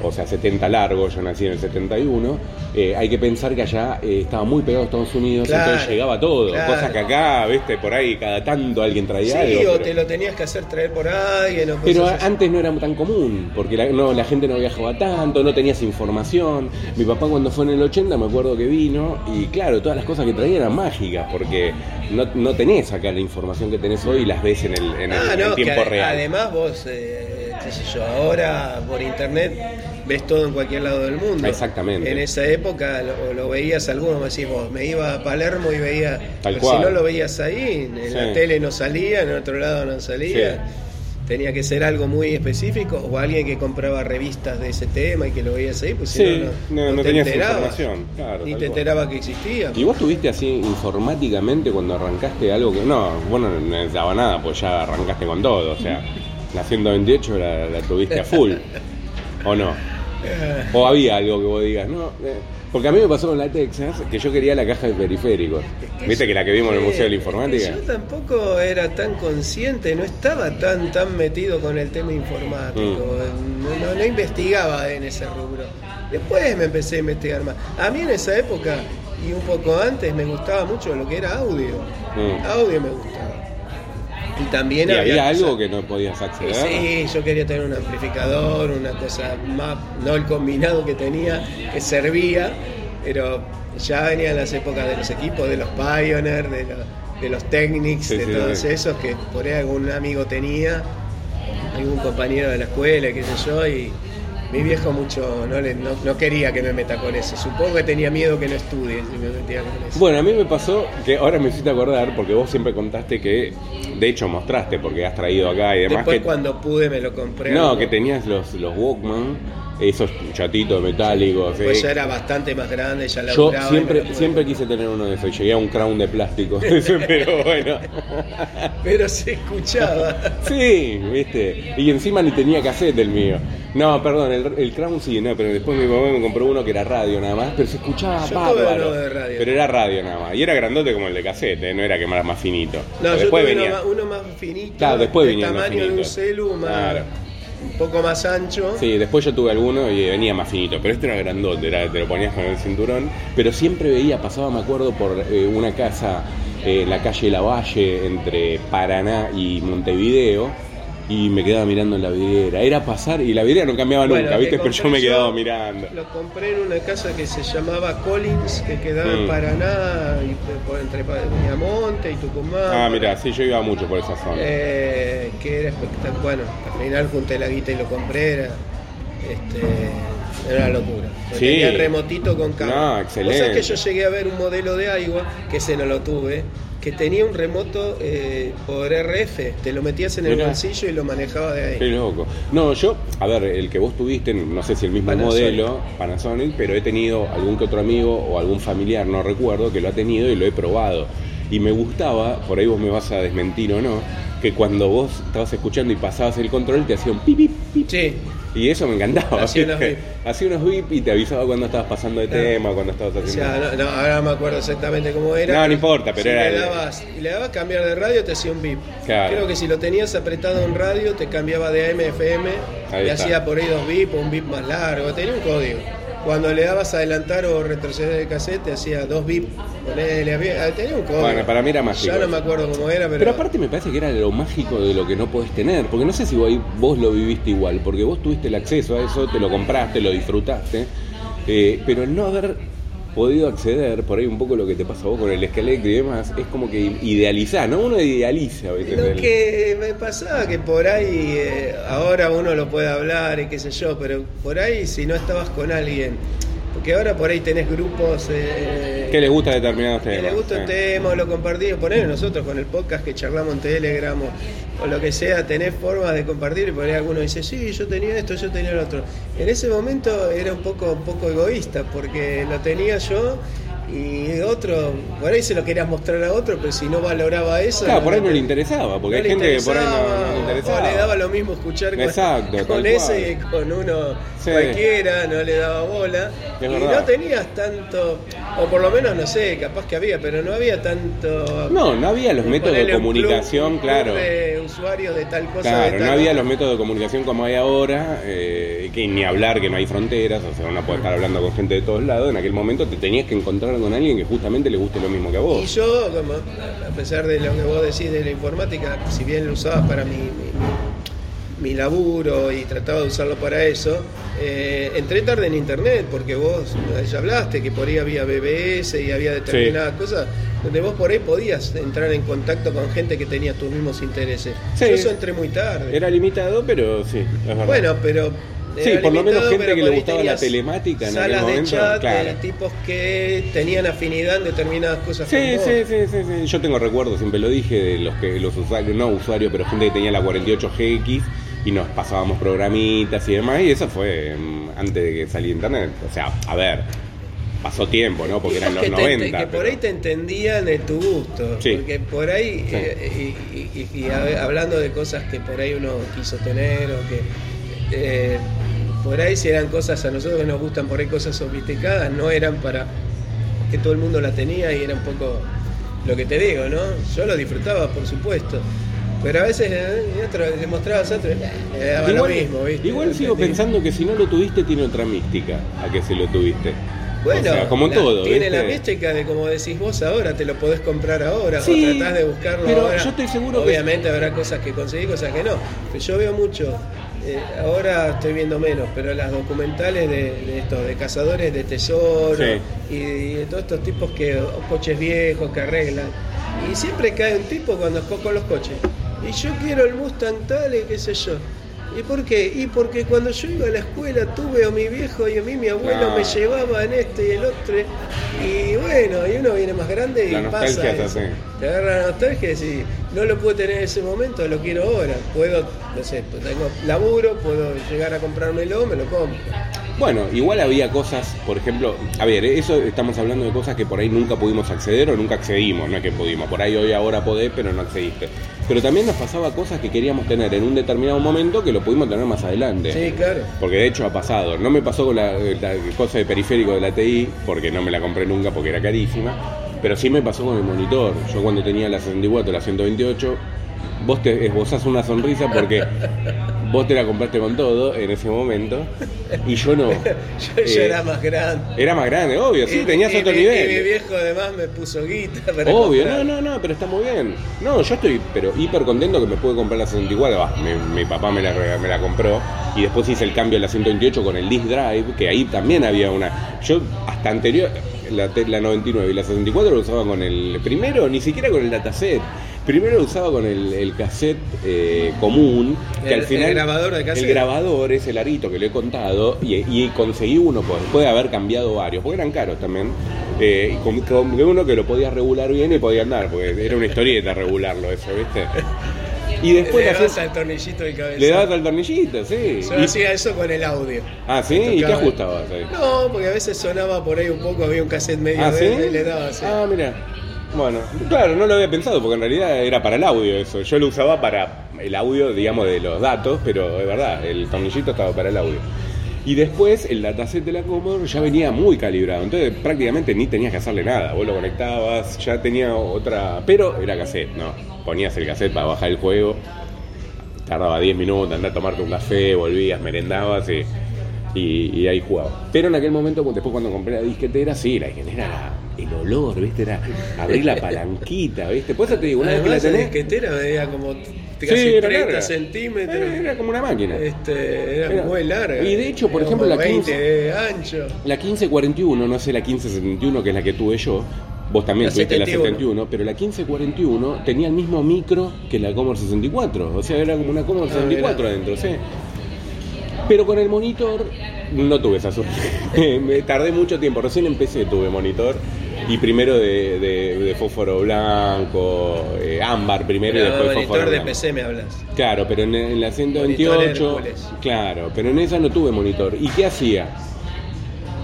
Speaker 1: o sea, 70 largo, yo nací en el 71, eh, hay que pensar que allá eh, estaba muy pegado a Estados Unidos,
Speaker 2: Claro,
Speaker 1: entonces llegaba todo,
Speaker 2: claro.
Speaker 1: cosas que acá, viste, por ahí cada tanto alguien traía
Speaker 2: Sí,
Speaker 1: algo.
Speaker 2: o
Speaker 1: pero-
Speaker 2: te lo tenías que hacer traer por alguien o cosas
Speaker 1: Pero a-
Speaker 2: así.
Speaker 1: antes no era tan común, porque la, no, la gente no viajaba tanto, no tenías información. Mi papá cuando fue en el 80 me acuerdo que vino y claro, todas las cosas que traía eran mágicas, porque no, no tenés acá la información que tenés hoy y las ves en el, en el-
Speaker 2: Ah,
Speaker 1: en
Speaker 2: no,
Speaker 1: tiempo
Speaker 2: que a-
Speaker 1: real.
Speaker 2: Además vos, eh, qué sé yo, ahora por internet ves todo en cualquier lado del mundo.
Speaker 1: Exactamente.
Speaker 2: En esa época lo, lo veías alguno, me decís vos, me iba a Palermo y veía,
Speaker 1: Tal
Speaker 2: pero
Speaker 1: cual.
Speaker 2: si no lo veías ahí, en
Speaker 1: Sí.
Speaker 2: la tele no salía, en otro lado no salía.
Speaker 1: Sí.
Speaker 2: Tenía que ser algo muy específico o alguien que compraba revistas de ese tema y que lo veías ahí, pues si
Speaker 1: Sí,
Speaker 2: no,
Speaker 1: no- no
Speaker 2: te
Speaker 1: tenías
Speaker 2: enterabas,
Speaker 1: información, claro,
Speaker 2: ni
Speaker 1: tal
Speaker 2: te
Speaker 1: cual.
Speaker 2: enterabas que existía.
Speaker 1: ¿Y vos tuviste así informáticamente cuando arrancaste algo que no, bueno, no necesitaba nada, pues ya arrancaste con todo, o sea, la 128 la, la tuviste a full, ¿o no?
Speaker 2: Eh,
Speaker 1: O había algo que vos digas, no. eh, Porque a mí me pasó con la Texas que yo quería la caja de periféricos. ¿Viste que la que vimos en el Museo de la
Speaker 2: Eh,
Speaker 1: Informática?
Speaker 2: Yo tampoco era tan consciente, no estaba tan tan metido con el tema informático,
Speaker 1: Mm.
Speaker 2: no, no- no investigaba en ese rubro. Después me empecé a investigar más. A mí en esa época y un poco antes me gustaba mucho lo que era audio.
Speaker 1: Mm.
Speaker 2: Audio me gustaba. Y también
Speaker 1: Y había
Speaker 2: cosas-
Speaker 1: algo que no podías acceder.
Speaker 2: Sí, yo quería tener un amplificador, una cosa más, no el combinado que tenía, que servía, pero ya venían las épocas de los equipos, de los Pioneer, de los, de los Technics,
Speaker 1: Sí,
Speaker 2: de
Speaker 1: sí,
Speaker 2: todos
Speaker 1: sí.
Speaker 2: esos que por ahí algún amigo tenía, algún compañero de la escuela, qué sé yo, y mi viejo mucho no, le- no, no quería que me meta con eso. Supongo que tenía miedo que no estudie si me metía con eso.
Speaker 1: Bueno, a mí me pasó que ahora me hiciste acordar, porque vos siempre contaste que, de hecho mostraste, porque has traído acá y demás,
Speaker 2: Después
Speaker 1: que,
Speaker 2: cuando pude me lo compré.
Speaker 1: no, que tenías los, los Walkman, esos chatitos metálicos. eh.
Speaker 2: Pues ya era bastante más grande, ya la
Speaker 1: Yo siempre, siempre quise tener uno de esos y llegué a un crown de plástico, pero bueno.
Speaker 2: Pero se escuchaba.
Speaker 1: Sí, viste. Y encima ni tenía cassette el mío. No, perdón, el, el Crown sí, no, pero después mi mamá me compró uno que era radio nada más, pero se escuchaba
Speaker 2: Yo tuve
Speaker 1: bárbaro.
Speaker 2: uno de radio.
Speaker 1: Pero era radio nada más. Y era grandote como el de cassette, ¿eh? no era que era más finito.
Speaker 2: No,
Speaker 1: Pero
Speaker 2: yo
Speaker 1: después
Speaker 2: tuve uno
Speaker 1: venía.
Speaker 2: más- uno, más finito.
Speaker 1: Claro, después
Speaker 2: del
Speaker 1: venía uno
Speaker 2: tamaño de un
Speaker 1: finito.
Speaker 2: celu, más,
Speaker 1: Claro.
Speaker 2: un poco más ancho.
Speaker 1: Sí, después yo tuve alguno y venía más finito, pero este era grandote, era, te lo ponías con el cinturón, pero siempre veía, pasaba, me acuerdo, por eh, una casa eh, en la calle Lavalle, entre Paraná y Montevideo, y me quedaba mirando en la vidriera. Era pasar, y la vidriera no cambiaba
Speaker 2: Bueno,
Speaker 1: nunca,
Speaker 2: el que
Speaker 1: ¿viste? Pero yo
Speaker 2: compré
Speaker 1: me quedaba mirando.
Speaker 2: Lo compré en una casa que se llamaba Collins, que quedaba en
Speaker 1: Mm.
Speaker 2: Paraná, y por entre Pa- Viamonte y Tucumán.
Speaker 1: Ah,
Speaker 2: por
Speaker 1: mira,
Speaker 2: ahí.
Speaker 1: sí, yo iba mucho por esa zona.
Speaker 2: Eh, que era espectacular. Bueno, al final junté la guita y lo compré, era, este, era una locura. Porque
Speaker 1: Sí.
Speaker 2: Tenía el remotito con cable.
Speaker 1: No,
Speaker 2: O sea
Speaker 1: excelente.
Speaker 2: que yo llegué a ver un modelo de agua, que ese no lo tuve, que tenía un remoto eh, por RF, te lo metías en el
Speaker 1: Mirá.
Speaker 2: bolsillo y lo manejaba de ahí.
Speaker 1: Qué loco. No, yo, a ver, el que vos tuviste, no sé si el mismo
Speaker 2: Panasonic.
Speaker 1: modelo, Panasonic, pero he tenido algún que otro amigo o algún familiar, no recuerdo, que lo ha tenido y lo he probado. Y me gustaba, por ahí vos me vas a desmentir o no, que cuando vos estabas escuchando y pasabas el control te hacía un pip, pip, pip.
Speaker 2: Sí,
Speaker 1: Y eso me encantaba.
Speaker 2: Hacía unos bip.
Speaker 1: Hacía unos bip y te avisaba cuando estabas pasando de
Speaker 2: Claro.
Speaker 1: tema, cuando estabas
Speaker 2: o
Speaker 1: haciendo...
Speaker 2: sea, no, no, ahora no me acuerdo exactamente cómo era.
Speaker 1: No, no importa, pero
Speaker 2: si
Speaker 1: era
Speaker 2: Le
Speaker 1: el-
Speaker 2: dabas, y le dabas cambiar de radio, te hacía un bip.
Speaker 1: Claro.
Speaker 2: Creo que si lo tenías apretado en radio, te cambiaba de AM, FM,
Speaker 1: Ahí
Speaker 2: te
Speaker 1: está.
Speaker 2: hacía por ahí dos bip o un bip más largo, tenía un código. Cuando le dabas adelantar o retroceder el cassette, te hacía dos bip. Ponele, había- tenía un código.
Speaker 1: Bueno, para mí era mágico
Speaker 2: Ya no
Speaker 1: eso.
Speaker 2: me acuerdo cómo era, pero.
Speaker 1: Pero aparte me parece que era lo mágico de lo que no podés tener, porque no sé si vos, vos lo viviste igual, porque vos tuviste el acceso a eso, te lo compraste, lo disfrutaste, eh, pero el no haber podido acceder, por ahí un poco lo que te pasa a vos con el esqueleto y demás, es como que idealizás, ¿no? Uno idealiza a veces.
Speaker 2: Lo
Speaker 1: el-
Speaker 2: que me pasaba que por ahí, eh, ahora uno lo puede hablar y qué sé yo, pero por ahí si no estabas con alguien, porque ahora por ahí tenés grupos... eh,
Speaker 1: Que les gusta determinados
Speaker 2: que
Speaker 1: temas.
Speaker 2: le gusta
Speaker 1: eh.
Speaker 2: un tema, o lo compartimos, poner nosotros con el podcast que charlamos en Telegram o, o lo que sea, tenés formas de compartir y por ahí alguno dice, sí, yo tenía esto, yo tenía lo otro. En ese momento era un poco, un poco egoísta porque lo tenía yo y otro, por ahí se lo querías mostrar a otro, pero si no valoraba eso...
Speaker 1: Claro, por ahí no
Speaker 2: te-
Speaker 1: le interesaba, porque
Speaker 2: no
Speaker 1: hay
Speaker 2: le
Speaker 1: gente que por ahí no- no,
Speaker 2: interesaba,
Speaker 1: le interesaba.
Speaker 2: o le daba lo mismo escuchar con,
Speaker 1: Exacto, tal
Speaker 2: con
Speaker 1: cual.
Speaker 2: ese que con uno
Speaker 1: Sí.
Speaker 2: cualquiera, no le daba bola.
Speaker 1: Es
Speaker 2: y
Speaker 1: verdad.
Speaker 2: no tenías tanto, o por lo menos no sé, capaz que había, pero no había tanto.
Speaker 1: No, no había los métodos de
Speaker 2: Ponerle un club-
Speaker 1: comunicación,
Speaker 2: un club
Speaker 1: claro.
Speaker 2: De usuarios de tal cosa. de
Speaker 1: Claro,
Speaker 2: tal
Speaker 1: no había
Speaker 2: otra.
Speaker 1: los métodos de comunicación como hay ahora, eh, que ni hablar que no hay fronteras, o sea, uno puede estar hablando con gente de todos lados. En aquel momento te tenías que encontrar con alguien que justamente le guste lo mismo que a
Speaker 2: Y
Speaker 1: vos.
Speaker 2: yo, como, a pesar de lo que vos decís de la informática, si bien lo usaba para mi, mi- mi laburo y trataba de usarlo para eso, eh, entré tarde en internet porque vos ya hablaste que por ahí había BBS y había determinadas cosas donde vos por ahí podías entrar en contacto con gente que tenía tus mismos intereses.
Speaker 1: Sí.
Speaker 2: Yo eso entré muy tarde.
Speaker 1: Era limitado, pero sí, es verdad.
Speaker 2: Bueno, pero.
Speaker 1: Sí,
Speaker 2: era
Speaker 1: por lo menos
Speaker 2: limitado,
Speaker 1: gente
Speaker 2: pero
Speaker 1: que
Speaker 2: por
Speaker 1: le
Speaker 2: ahí
Speaker 1: gustaba la
Speaker 2: tenías
Speaker 1: telemática en
Speaker 2: Salas
Speaker 1: aquel momento,
Speaker 2: de chat de
Speaker 1: claro.
Speaker 2: tipos que tenían afinidad en determinadas cosas.
Speaker 1: Sí,
Speaker 2: con vos.
Speaker 1: sí, sí, sí, sí. Yo tengo recuerdos, siempre lo dije, de los que los usuarios, no usuarios, pero gente que tenía la 48GX y nos pasábamos programitas y demás, y eso fue mm, antes de que salí internet. O sea, a ver, pasó tiempo, ¿no? Porque eran
Speaker 2: Tipos
Speaker 1: los
Speaker 2: que te ente-
Speaker 1: 90.
Speaker 2: que por ahí
Speaker 1: pero-
Speaker 2: te entendían de tu gusto.
Speaker 1: Sí.
Speaker 2: Porque por ahí,
Speaker 1: Sí.
Speaker 2: eh, y, y- y- y hab- hablando de cosas que por ahí uno quiso tener o que. eh, por ahí, si eran cosas a nosotros que nos gustan, por ahí cosas sofisticadas, no eran para que todo el mundo las tenía y era un poco lo que te digo, ¿no? Yo lo disfrutaba, por supuesto. Pero a veces eh, y otro, le mostrabas a otro, eh, le daba lo mismo, ¿viste?
Speaker 1: igual
Speaker 2: No
Speaker 1: sigo
Speaker 2: entendía.
Speaker 1: pensando que si no lo tuviste tiene otra mística a que se lo tuviste.
Speaker 2: Bueno,
Speaker 1: O sea, como en
Speaker 2: la-
Speaker 1: todo,
Speaker 2: tiene
Speaker 1: ¿viste?
Speaker 2: la mística de como decís vos ahora, te lo podés comprar ahora
Speaker 1: Sí,
Speaker 2: o tratás de buscarlo
Speaker 1: pero
Speaker 2: ahora.
Speaker 1: yo estoy seguro que-
Speaker 2: Obviamente habrá cosas que conseguí, cosas que no. Pero yo veo mucho, eh, ahora estoy viendo menos, pero las documentales de, de estos, de cazadores de tesoro
Speaker 1: Sí.
Speaker 2: y, y de todos estos tipos que, o coches viejos que arreglan. Y siempre cae un tipo cuando co- con los coches. Y yo quiero el Mustang tal y qué sé yo. ¿Y por qué? Y porque cuando yo iba a la escuela tuve a mi viejo y a mí mi abuelo
Speaker 1: Claro.
Speaker 2: me llevaban este y el otro. Y bueno, y uno viene más grande y
Speaker 1: La nostalgia
Speaker 2: pasa.
Speaker 1: te
Speaker 2: eso.
Speaker 1: hace.
Speaker 2: Te agarra la nostalgia y decís, no lo pude tener en ese momento, lo quiero ahora. Puedo, no sé, pues tengo laburo, puedo llegar a comprármelo, me lo compro.
Speaker 1: Bueno, igual había cosas, por ejemplo, a ver, eso estamos hablando de cosas que por ahí nunca pudimos acceder o nunca accedimos, no es que pudimos, por ahí hoy ahora podés, pero no accediste. Pero también nos pasaba cosas que queríamos tener en un determinado momento que lo pudimos tener más adelante.
Speaker 2: Sí, claro.
Speaker 1: Porque de hecho ha pasado. No me pasó con la, la cosa de periférico de la TI, porque no me la compré nunca porque era carísima. Pero sí me pasó con el monitor. Yo cuando tenía la 64, la 128, vos te esbozás una sonrisa porque vos te la compraste con todo en ese momento y yo no.
Speaker 2: Yo, yo
Speaker 1: Eh,
Speaker 2: era más grande.
Speaker 1: era más grande, obvio, sí,
Speaker 2: Y-
Speaker 1: tenías
Speaker 2: y
Speaker 1: otro
Speaker 2: mi-
Speaker 1: nivel.
Speaker 2: Y mi viejo además me puso guita para
Speaker 1: Obvio,
Speaker 2: comprar.
Speaker 1: no, no, no, pero está muy bien. No, yo estoy pero hiper contento que me pude comprar la 64. Va, mi, mi papá me la, rega- me la compró. Y después hice el cambio a la 128 con el disk drive, que ahí también había una. Yo hasta anterior, la, te- la 99 y la 64 lo usaba con el. Primero, ni siquiera con el dataset. Primero lo usaba con el, el cassette eh, común, que
Speaker 2: El-
Speaker 1: al final.
Speaker 2: el grabador de cassette.
Speaker 1: El grabador, ese larito que le he contado, y, y conseguí uno, pues, después de haber cambiado varios, porque eran caros también. Eh, y con, con uno que lo podía regular bien y podía andar, porque era una historieta regularlo eso, ¿viste? Y después
Speaker 2: le
Speaker 1: le,
Speaker 2: dabas
Speaker 1: haces-
Speaker 2: al tornillito del cabezón.
Speaker 1: le dabas al tornillito, sí.
Speaker 2: Yo
Speaker 1: Y-
Speaker 2: hacía eso con el audio.
Speaker 1: ah, sí, ¿y qué
Speaker 2: Tocaba-
Speaker 1: ajustabas ahí?
Speaker 2: No, porque a veces sonaba por ahí un poco, había un cassette medio
Speaker 1: Ah, sí.
Speaker 2: verde y le daba así.
Speaker 1: Ah, mira. Bueno, claro, no lo había pensado porque en realidad era para el audio eso. Yo lo usaba para el audio, digamos, de los datos, pero es verdad, el tornillito estaba para el audio. Y después el dataset de la Commodore ya venía muy calibrado, entonces prácticamente ni tenías que hacerle nada. Vos lo conectabas, ya tenía otra. Pero era cassette, ¿no? Ponías el cassette para bajar el juego, tardaba 10 minutos, andar a tomarte un café, volvías, merendabas y, y, y ahí jugaba. Pero en aquel momento, pues, después cuando compré la disquetera, sí, la disquetera era el olor, ¿viste? Era abrir la palanquita, ¿viste? Por eso te digo, una vez que la
Speaker 2: Además, la
Speaker 1: tenés.
Speaker 2: disquetera medía como t-
Speaker 1: Sí,
Speaker 2: casi
Speaker 1: era
Speaker 2: 30
Speaker 1: larga.
Speaker 2: centímetros.
Speaker 1: Eh, Era como una máquina.
Speaker 2: Este, era,
Speaker 1: Era-
Speaker 2: muy larga.
Speaker 1: y de hecho, por
Speaker 2: Era
Speaker 1: ejemplo,
Speaker 2: como
Speaker 1: la
Speaker 2: 20
Speaker 1: 15
Speaker 2: de ancho.
Speaker 1: La 1541, no sé la 1571 que es la que tuve yo, vos también
Speaker 2: La
Speaker 1: tuviste
Speaker 2: 71.
Speaker 1: la 71, pero la 1541 tenía el mismo micro que la Commodore 64, o sea, era como una Commodore
Speaker 2: Ah,
Speaker 1: 64
Speaker 2: mirá.
Speaker 1: adentro, sí. Pero con el monitor no tuve esa suerte. Me tardé mucho tiempo, recién empecé tuve monitor y primero de, de- de fósforo blanco, eh, ámbar primero y
Speaker 2: Era
Speaker 1: después fósforo
Speaker 2: monitor de
Speaker 1: blanco.
Speaker 2: PC me hablas.
Speaker 1: Claro, pero en, en la
Speaker 2: Monitor
Speaker 1: 128.
Speaker 2: Hércules.
Speaker 1: Claro, pero en esa no tuve monitor. ¿Y qué hacía?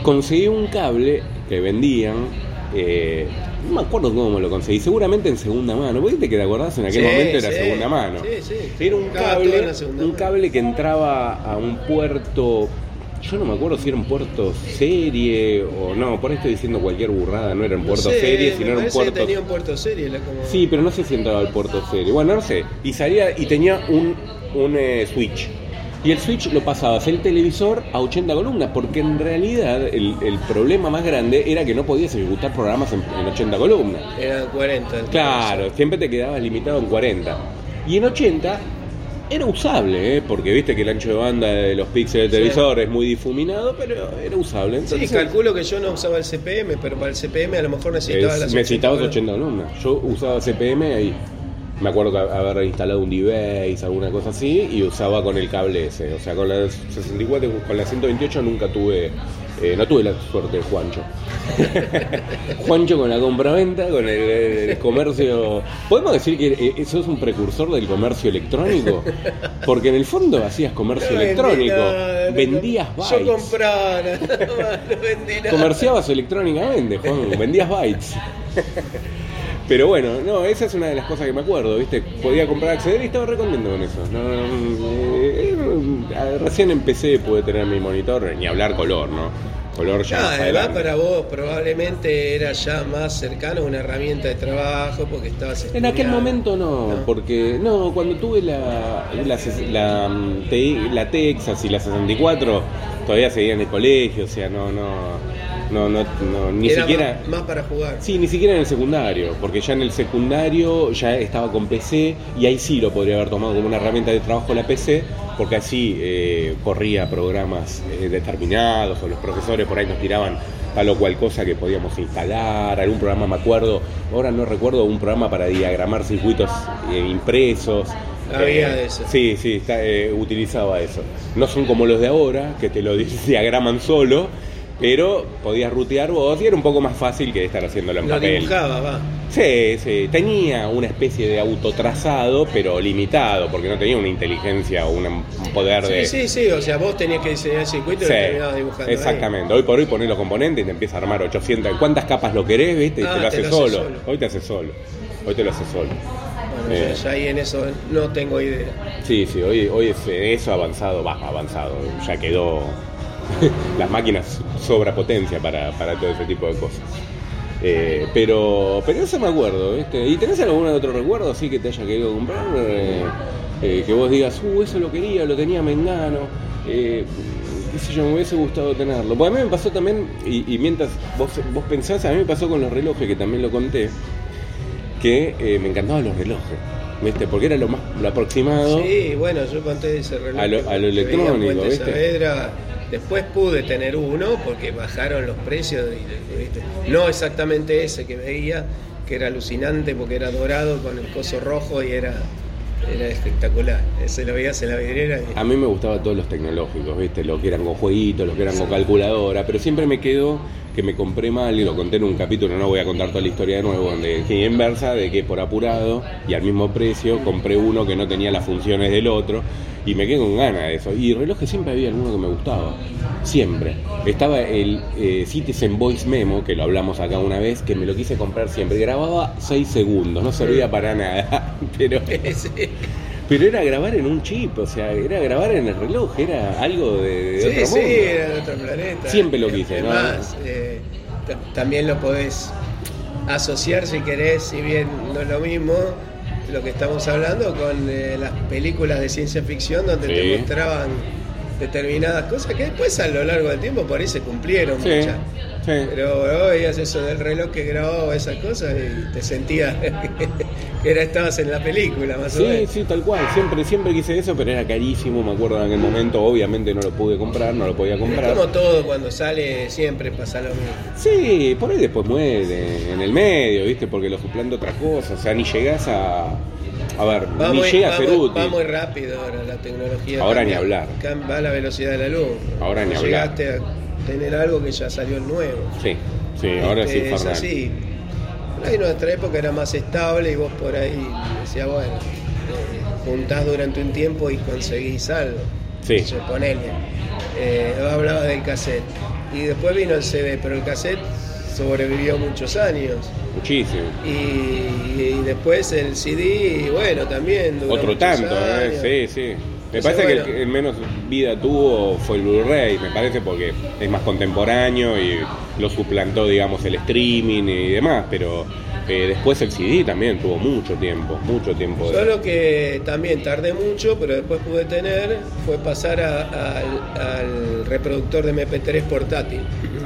Speaker 1: Conseguí un cable que vendían. eh, no me acuerdo cómo lo conseguí, seguramente en segunda mano. ¿Por qué te que te acordás? En aquel
Speaker 2: Sí,
Speaker 1: momento era
Speaker 2: sí,
Speaker 1: segunda mano.
Speaker 2: sí, sí.
Speaker 1: Era un
Speaker 2: Estaba todo en
Speaker 1: cable,
Speaker 2: la segunda
Speaker 1: un
Speaker 2: mano.
Speaker 1: cable que entraba a un puerto. Yo no me acuerdo si era un puerto serie o no. Por ahí estoy diciendo cualquier burrada. No era un
Speaker 2: No
Speaker 1: puerto
Speaker 2: sé,
Speaker 1: serie,
Speaker 2: me
Speaker 1: sino era un
Speaker 2: parece que
Speaker 1: puerto.
Speaker 2: tenía un puerto serie. la como-
Speaker 1: Sí, pero no sé si entraba al puerto serie. Bueno, no sé. Y salía y tenía un, un eh, switch. Y el switch lo pasabas el televisor a 80 columnas, porque en realidad el, el problema más grande era que no podías ejecutar programas en, en 80 columnas.
Speaker 2: Eran 40. entonces.
Speaker 1: Claro, siempre te quedabas limitado en 40. Y en 80 era usable, ¿eh? porque viste que el ancho de banda de los píxeles del
Speaker 2: Sí.
Speaker 1: televisor es muy difuminado, pero era usable.
Speaker 2: Sí,
Speaker 1: Entonces,
Speaker 2: calculo que yo no usaba el CPM, pero para el CPM a lo mejor necesitaba
Speaker 1: Es-
Speaker 2: las
Speaker 1: me citabas
Speaker 2: columnas.
Speaker 1: 80 columnas. Yo usaba CPM ahí. Me acuerdo que haber instalado un D-Base, alguna cosa así, y usaba con el cable ese. O sea, con la 64, con la 128 nunca tuve. eh, no tuve la suerte de Juancho. Juancho con la compraventa, con el, el comercio. ¿Podemos decir que eh, eso es un precursor del comercio electrónico? Porque en el fondo hacías comercio
Speaker 2: No vendí
Speaker 1: electrónico.
Speaker 2: nada, no-
Speaker 1: vendías bytes.
Speaker 2: Yo compraba, nada más, no vendí nada.
Speaker 1: Comerciabas electrónicamente, Juan, vendías bytes. Pero bueno, no, esa es una de las cosas que me acuerdo, ¿viste? Podía comprar, acceder y estaba re contento con eso. No, no, no, eh, eh, recién empecé, pude tener mi monitor, ni hablar color, ¿no? Color ya.
Speaker 2: Ah,
Speaker 1: más
Speaker 2: además
Speaker 1: adelante.
Speaker 2: para vos probablemente era ya más cercano a una herramienta de trabajo porque estabas
Speaker 1: En aquel
Speaker 2: estudiando.
Speaker 1: momento no,
Speaker 2: No. porque
Speaker 1: porque no, cuando tuve la, la, ses- la, mm, TI la Texas y la 64, todavía seguía en el colegio, o sea, no, no, No, no, no, ni
Speaker 2: Era
Speaker 1: siquiera.
Speaker 2: más, más para jugar.
Speaker 1: Sí, ni siquiera en el secundario, porque ya en el secundario ya estaba con PC y ahí sí lo podría haber tomado como una herramienta de trabajo la PC, porque así eh, corría programas eh, determinados o los profesores por ahí nos tiraban tal o cual cosa que podíamos instalar, algún programa me acuerdo, ahora no recuerdo, un programa para diagramar circuitos eh, impresos. Eh,
Speaker 2: Había de eso.
Speaker 1: Sí, sí, está, eh, utilizaba eso. No son como los de ahora, que te lo diagraman solo, pero podías rutear vos y era un poco más fácil que estar haciéndolo en
Speaker 2: Lo
Speaker 1: papel.
Speaker 2: dibujaba, va.
Speaker 1: Sí, sí. Tenía una especie de autotrazado, pero limitado, porque no tenía una inteligencia o una- un poder de.
Speaker 2: Sí, sí, sí, o sea, vos tenías que diseñar el circuito y
Speaker 1: Sí,
Speaker 2: lo terminabas dibujando. ahí.
Speaker 1: exactamente. Hoy por hoy ponés los componentes y te empieza a armar 800. ¿Cuántas capas lo querés, viste? Y
Speaker 2: Ah,
Speaker 1: te lo hace, solo.
Speaker 2: solo.
Speaker 1: Hoy te hace solo. Hoy te lo hace solo.
Speaker 2: Bueno,
Speaker 1: Eh.
Speaker 2: yo ya ahí en eso no tengo idea.
Speaker 1: Sí, sí, hoy, hoy es eh, eso avanzado, va, avanzado, ya quedó. Las máquinas sobra potencia para, para todo ese tipo de cosas. Eh, pero, pero eso me acuerdo, ¿viste? ¿Y tenés algún otro recuerdo así que te haya querido comprar? Eh, eh, que vos digas, uh, eso lo quería, lo tenía Mengano. Eh, qué sé yo, me hubiese gustado tenerlo. Porque a mí me pasó también, y, y mientras vos, vos pensás, a mí me pasó con los relojes, que también lo conté, que eh, me encantaban los relojes, ¿viste? Porque era lo más lo aproximado.
Speaker 2: Sí, bueno, yo conté ese reloj.
Speaker 1: A lo-
Speaker 2: que-
Speaker 1: a lo
Speaker 2: que veía en
Speaker 1: electrónico,
Speaker 2: Puente
Speaker 1: ¿viste?
Speaker 2: Saavedra. Después pude tener uno porque bajaron los precios. y- ¿viste? No exactamente ese que veía, que era alucinante porque era dorado con el coso rojo y era, era espectacular. Ese lo veías en la vidriera y
Speaker 1: A mí me gustaban todos los tecnológicos, ¿viste? Los que eran con jueguitos, los que eran con calculadora, pero siempre me quedo que me compré mal y lo conté en un capítulo, no voy a contar toda la historia de nuevo, de que inversa, de que por apurado y al mismo precio compré uno que no tenía las funciones del otro y me quedé con ganas de eso. Y relojes siempre había alguno que me gustaba, siempre. Estaba el eh, Citizen Voice Memo, que lo hablamos acá una vez, que me lo quise comprar siempre. Grababa 6 segundos, no servía para nada, pero...
Speaker 2: Sí.
Speaker 1: Pero era grabar en un chip, o sea, era grabar en el reloj, era algo de, de
Speaker 2: Sí,
Speaker 1: otro
Speaker 2: sí,
Speaker 1: mundo.
Speaker 2: era de otro planeta.
Speaker 1: Siempre lo quise, ¿no?
Speaker 2: Además, eh, ta- también lo podés asociar si querés, si bien no es lo mismo lo que estamos hablando con eh, las películas de ciencia ficción donde
Speaker 1: Sí.
Speaker 2: te mostraban determinadas cosas que después a lo largo del tiempo por ahí se cumplieron
Speaker 1: Sí,
Speaker 2: muchas.
Speaker 1: sí.
Speaker 2: Pero veías eso del reloj que grababa esas cosas y te sentías que era, estabas en la película más o
Speaker 1: Sí,
Speaker 2: menos.
Speaker 1: sí, tal cual. Siempre, siempre quise eso, pero era carísimo, me acuerdo en aquel momento. Obviamente no lo pude comprar, no lo podía
Speaker 2: Es
Speaker 1: comprar.
Speaker 2: como todo cuando sale siempre pasa lo mismo.
Speaker 1: Sí, por ahí después muere, en el medio, ¿viste? Porque lo suplanta otra cosa. O sea, ni llegás a. A ver,
Speaker 2: Va
Speaker 1: ni
Speaker 2: muy,
Speaker 1: llega
Speaker 2: va
Speaker 1: a ser
Speaker 2: muy-
Speaker 1: útil.
Speaker 2: va muy rápido ahora la tecnología.
Speaker 1: Ahora
Speaker 2: cambia-
Speaker 1: ni hablar.
Speaker 2: cam- Va a la velocidad de la luz.
Speaker 1: Ahora ni hablar.
Speaker 2: Llegaste a tener algo que ya salió nuevo.
Speaker 1: Sí, sí, ahora
Speaker 2: Este,
Speaker 1: sí,
Speaker 2: es así. Por ahí nuestra época era más estable y vos por ahí decías, bueno, eh, juntás durante un tiempo y conseguís algo.
Speaker 1: Sí.
Speaker 2: Yo, ponele. Eh, hablaba del cassette. Y después vino el CD, pero el cassette sobrevivió muchos años.
Speaker 1: Muchísimo.
Speaker 2: Y, y después el CD, y bueno, también. duró
Speaker 1: Otro
Speaker 2: muchos
Speaker 1: tanto,
Speaker 2: años.
Speaker 1: eh, sí, sí. Me
Speaker 2: Entonces,
Speaker 1: parece que el
Speaker 2: bueno.
Speaker 1: que el menos vida tuvo fue el Blu-ray, me parece, porque es más contemporáneo y lo suplantó, digamos, el streaming y demás, pero eh, después el CD también tuvo mucho tiempo, mucho tiempo. de-
Speaker 2: Solo que también tardé mucho, pero después pude tener, fue pasar a- al, al reproductor de MP3 portátil.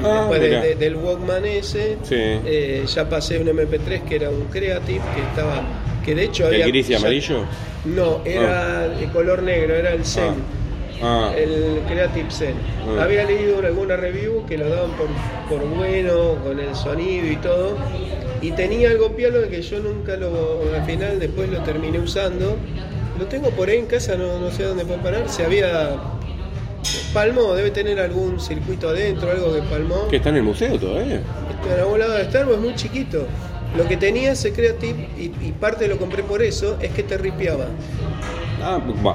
Speaker 1: Ah,
Speaker 2: después de-
Speaker 1: mirá.
Speaker 2: de- del Walkman ese,
Speaker 1: Sí.
Speaker 2: eh, ya pasé un MP3 que era un Creative, que estaba. que de hecho había.
Speaker 1: ¿El gris y
Speaker 2: ya-
Speaker 1: amarillo?
Speaker 2: No, era de color negro, era el Zen.
Speaker 1: Ah,
Speaker 2: el Creative Zen.
Speaker 1: Ah.
Speaker 2: Había leído en alguna review que lo daban por, por bueno, con el sonido y todo. Y tenía algo piano que yo nunca lo, al final después lo terminé usando. Lo tengo por ahí en casa, no, no sé dónde fue a parar. Se había... Palmó, debe tener algún circuito adentro, algo que palmó.
Speaker 1: que está en el museo todavía.
Speaker 2: Este, en algún lado de Star Wars, muy chiquito. Lo que tenía ese Creative, y, y parte lo compré por eso, es que te ripiaba.
Speaker 1: Ah, bah,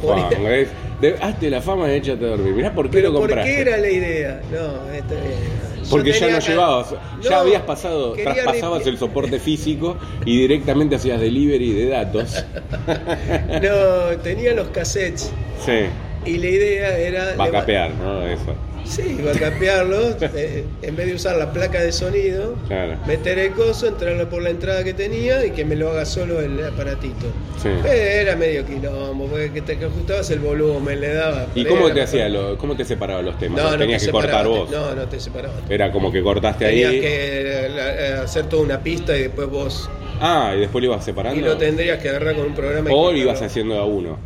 Speaker 1: Juan,
Speaker 2: Ponía-
Speaker 1: es- de- hazte la fama y échate a dormir. Mirá por qué
Speaker 2: Pero
Speaker 1: lo
Speaker 2: ¿por
Speaker 1: compraste.
Speaker 2: qué era la idea? No, está bien. Yo
Speaker 1: Porque ya
Speaker 2: tenía
Speaker 1: no
Speaker 2: que-
Speaker 1: llevabas,
Speaker 2: No,
Speaker 1: ya habías pasado,
Speaker 2: quería
Speaker 1: traspasabas
Speaker 2: limpi-
Speaker 1: el soporte físico y directamente hacías delivery de datos.
Speaker 2: No, tenía los cassettes
Speaker 1: Sí,
Speaker 2: y la idea era.
Speaker 1: va a capear, ¿no? Eso.
Speaker 2: leva- Sí, va a cambiarlo. eh, en vez de usar la placa de sonido,
Speaker 1: Claro.
Speaker 2: meter el coso, entrarlo por la entrada que tenía y que me lo haga solo el aparatito.
Speaker 1: Sí.
Speaker 2: Eh, Era medio quilombo, porque que te que ajustabas el volumen, le daba.
Speaker 1: ¿Y cómo te hacía lo- cómo te separaba los temas?
Speaker 2: No, no
Speaker 1: Tenías
Speaker 2: te
Speaker 1: que cortar
Speaker 2: separaba,
Speaker 1: vos.
Speaker 2: No, no te separaba.
Speaker 1: Era como que cortaste ahí.
Speaker 2: Tenías que eh, la- eh, hacer toda una pista y después vos.
Speaker 1: Ah, y después lo ibas separando.
Speaker 2: Y lo tendrías que agarrar con un programa. y
Speaker 1: o lo
Speaker 2: cortarlo.
Speaker 1: ibas haciendo de a uno.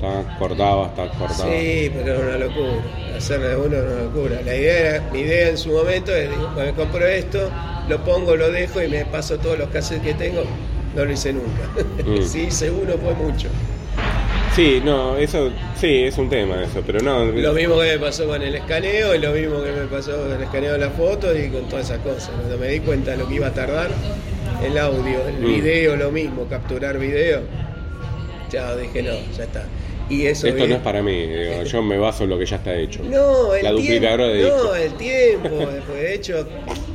Speaker 1: Ta, cortabas, ta, cortabas.
Speaker 2: Sí, pero era una locura. Hacerlo de uno era una locura. La idea era- mi idea en su momento es, digo, me compro esto, lo pongo, lo dejo y me paso todos los cassettes que tengo. No lo hice nunca.
Speaker 1: Mm.
Speaker 2: sí, hice uno, fue mucho.
Speaker 1: Sí, no, eso sí, es un tema eso, pero no.
Speaker 2: Lo mismo que me pasó con el escaneo y lo mismo que me pasó con el escaneo de la foto y con todas esas cosas. Cuando me di cuenta de lo que iba a tardar, el audio, el
Speaker 1: Mm.
Speaker 2: video, lo mismo, capturar video. Ya dije, no, ya está. Y eso
Speaker 1: Esto
Speaker 2: vi-
Speaker 1: no es para mí, digo, yo me baso en lo que ya está hecho.
Speaker 2: No, el
Speaker 1: La duplicadora
Speaker 2: tiempo,
Speaker 1: de
Speaker 2: no,
Speaker 1: disco.
Speaker 2: el tiempo, después de hecho,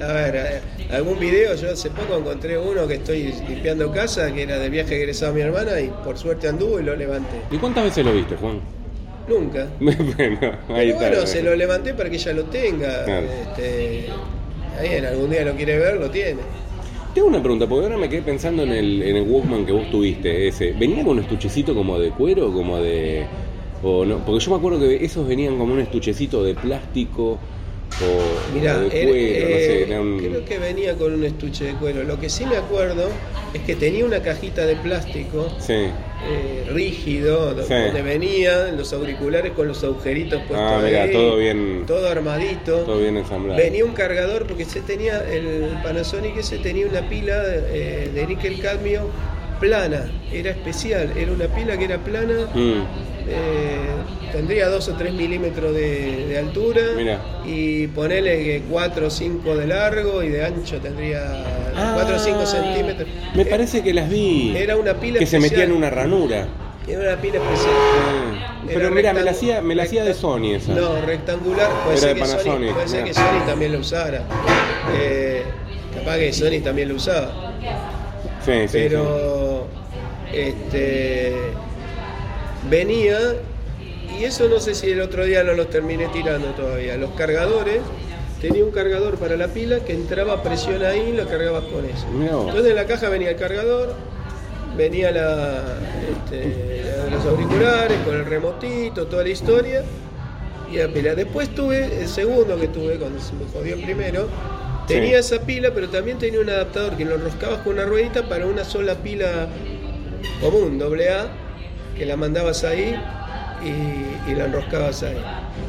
Speaker 2: a ver, eh, algún video, yo hace poco encontré uno que estoy limpiando casa, que era de viaje egresado a mi hermana, y por suerte anduvo y lo levanté.
Speaker 1: ¿Y cuántas veces lo viste, Juan?
Speaker 2: Nunca.
Speaker 1: bueno, ahí
Speaker 2: Pero
Speaker 1: está.
Speaker 2: bueno, se lo levanté para que ella lo tenga.
Speaker 1: Claro.
Speaker 2: Este, ahí en algún día lo quiere ver, lo tiene.
Speaker 1: Tengo una pregunta, porque ahora me quedé pensando en el, en el Walkman que vos tuviste, ese. ¿Venía con un estuchecito como de cuero, como de... o no? Porque yo me acuerdo que esos venían como un estuchecito de plástico o,
Speaker 2: Mirá,
Speaker 1: o de
Speaker 2: era-
Speaker 1: cuero, no sé,
Speaker 2: eh,
Speaker 1: era un-
Speaker 2: creo que venía con un estuche de cuero. Lo que sí me acuerdo es que tenía una cajita de plástico
Speaker 1: Sí.
Speaker 2: eh, rígido, do-
Speaker 1: Sí.
Speaker 2: donde venían los auriculares con los agujeritos puestos
Speaker 1: Ah, mirá,
Speaker 2: ahí,
Speaker 1: todo bien-
Speaker 2: todo armadito.
Speaker 1: Todo bien ensamblado.
Speaker 2: Venía un cargador porque se tenía el Panasonic ese tenía una pila eh, de níquel cadmio plana, era especial, era una pila que era plana,
Speaker 1: Mm,
Speaker 2: eh, tendría 2 o 3 milímetros de, de altura
Speaker 1: Mirá.
Speaker 2: y ponele 4 o 5 de largo y de ancho tendría
Speaker 1: Ah.
Speaker 2: 4 o 5 centímetros.
Speaker 1: Me
Speaker 2: Eh,
Speaker 1: parece que las vi.
Speaker 2: era una pila
Speaker 1: Que se metía
Speaker 2: especial.
Speaker 1: en una ranura.
Speaker 2: Era una pila especial.
Speaker 1: Ah,
Speaker 2: Era
Speaker 1: Pero mira, me la
Speaker 2: rectangu-
Speaker 1: hacía, me la hacía de Sony esa.
Speaker 2: No, rectangular,
Speaker 1: Era
Speaker 2: puede, ser
Speaker 1: de
Speaker 2: que, Sony,
Speaker 1: Panasonic,
Speaker 2: puede ser
Speaker 1: mirá.
Speaker 2: que Sony también lo usara. Eh, capaz que Sony también lo usaba.
Speaker 1: sí, sí, sí.
Speaker 2: pero este venía, y eso no sé si el otro día no los terminé tirando todavía. Los cargadores, tenía un cargador para la pila que entraba presión ahí y lo cargabas con eso.
Speaker 1: Mirá vos.
Speaker 2: Entonces en la caja venía el cargador, venía la, este, la- los auriculares con el remotito, toda la historia. Y la pila. Después tuve, el segundo que tuve, cuando se me jodió el primero,
Speaker 1: Sí.
Speaker 2: tenía esa pila, pero también tenía un adaptador que lo enroscabas con una ruedita para una sola pila común, doble A, que la mandabas ahí y, y la enroscabas ahí.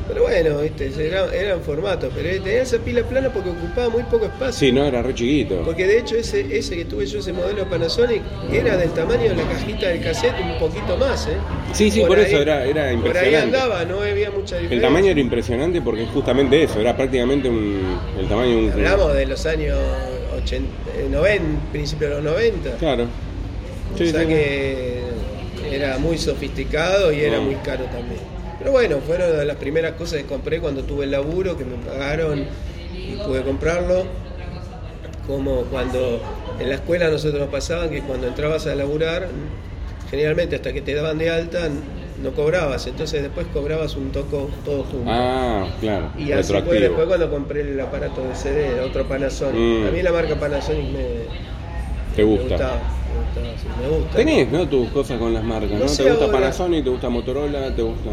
Speaker 2: Pero bueno, viste, era, era en formato, pero tenía esa pila plana porque ocupaba muy poco espacio.
Speaker 1: Sí, no, era re chiquito.
Speaker 2: Porque de hecho ese, ese que tuve yo, ese modelo Panasonic, era del tamaño de la cajita del cassette, un poquito más, ¿eh?
Speaker 1: Sí, sí, por eso era- era
Speaker 2: Por ahí
Speaker 1: impresionante.
Speaker 2: andaba, no había mucha diferencia.
Speaker 1: El tamaño era impresionante porque es justamente eso, era prácticamente un, el tamaño de un...
Speaker 2: Hablamos de los años 80, eh, 90, principio de los 90.
Speaker 1: Claro. Sí,
Speaker 2: o sea
Speaker 1: sí, sí.
Speaker 2: que era muy sofisticado y era
Speaker 1: Mm.
Speaker 2: muy caro también. Pero bueno, fueron de las primeras cosas que compré cuando tuve el laburo, que me pagaron y pude comprarlo. Como cuando en la escuela nosotros nos pasaban que cuando entrabas a laburar, generalmente hasta que te daban de alta no cobrabas, entonces después cobrabas un toco todo junto.
Speaker 1: Ah, claro.
Speaker 2: Y así fue
Speaker 1: retroactivo.
Speaker 2: después cuando compré el aparato de CD, otro Panasonic.
Speaker 1: Mm.
Speaker 2: A mí la marca Panasonic me,
Speaker 1: Te
Speaker 2: me
Speaker 1: gusta.
Speaker 2: gustaba. Me gustaba, sí, me gusta.
Speaker 1: Tenés, ¿no? Tus cosas con las marcas, ¿no?
Speaker 2: No sé
Speaker 1: te gusta
Speaker 2: ahora.
Speaker 1: Panasonic, te gusta Motorola, te gusta...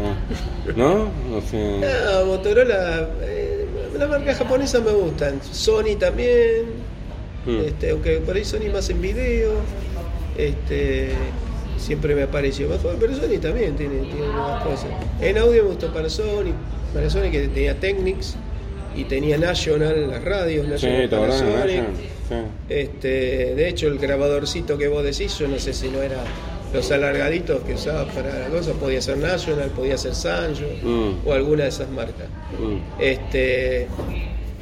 Speaker 1: ¿No? O sea...
Speaker 2: Ah, Motorola, eh, la marca japonesa me gustan. Sony también.
Speaker 1: Mm.
Speaker 2: Este, aunque por ahí Sony más en video. Este, siempre me apareció mejor, pero Sony también tiene, tiene nuevas cosas. En audio me gustó Panasonic. Panasonic que tenía Technics y tenía National, las radios,
Speaker 1: Sí,
Speaker 2: National
Speaker 1: te acordás, ¿no?
Speaker 2: Panasonic.
Speaker 1: Sí.
Speaker 2: Este, de hecho, el grabadorcito que vos decís, yo no sé si no era los alargaditos que usabas para la cosa, podía ser National, podía ser Sanjo
Speaker 1: Mm.
Speaker 2: o alguna de esas marcas.
Speaker 1: Mm.
Speaker 2: Este,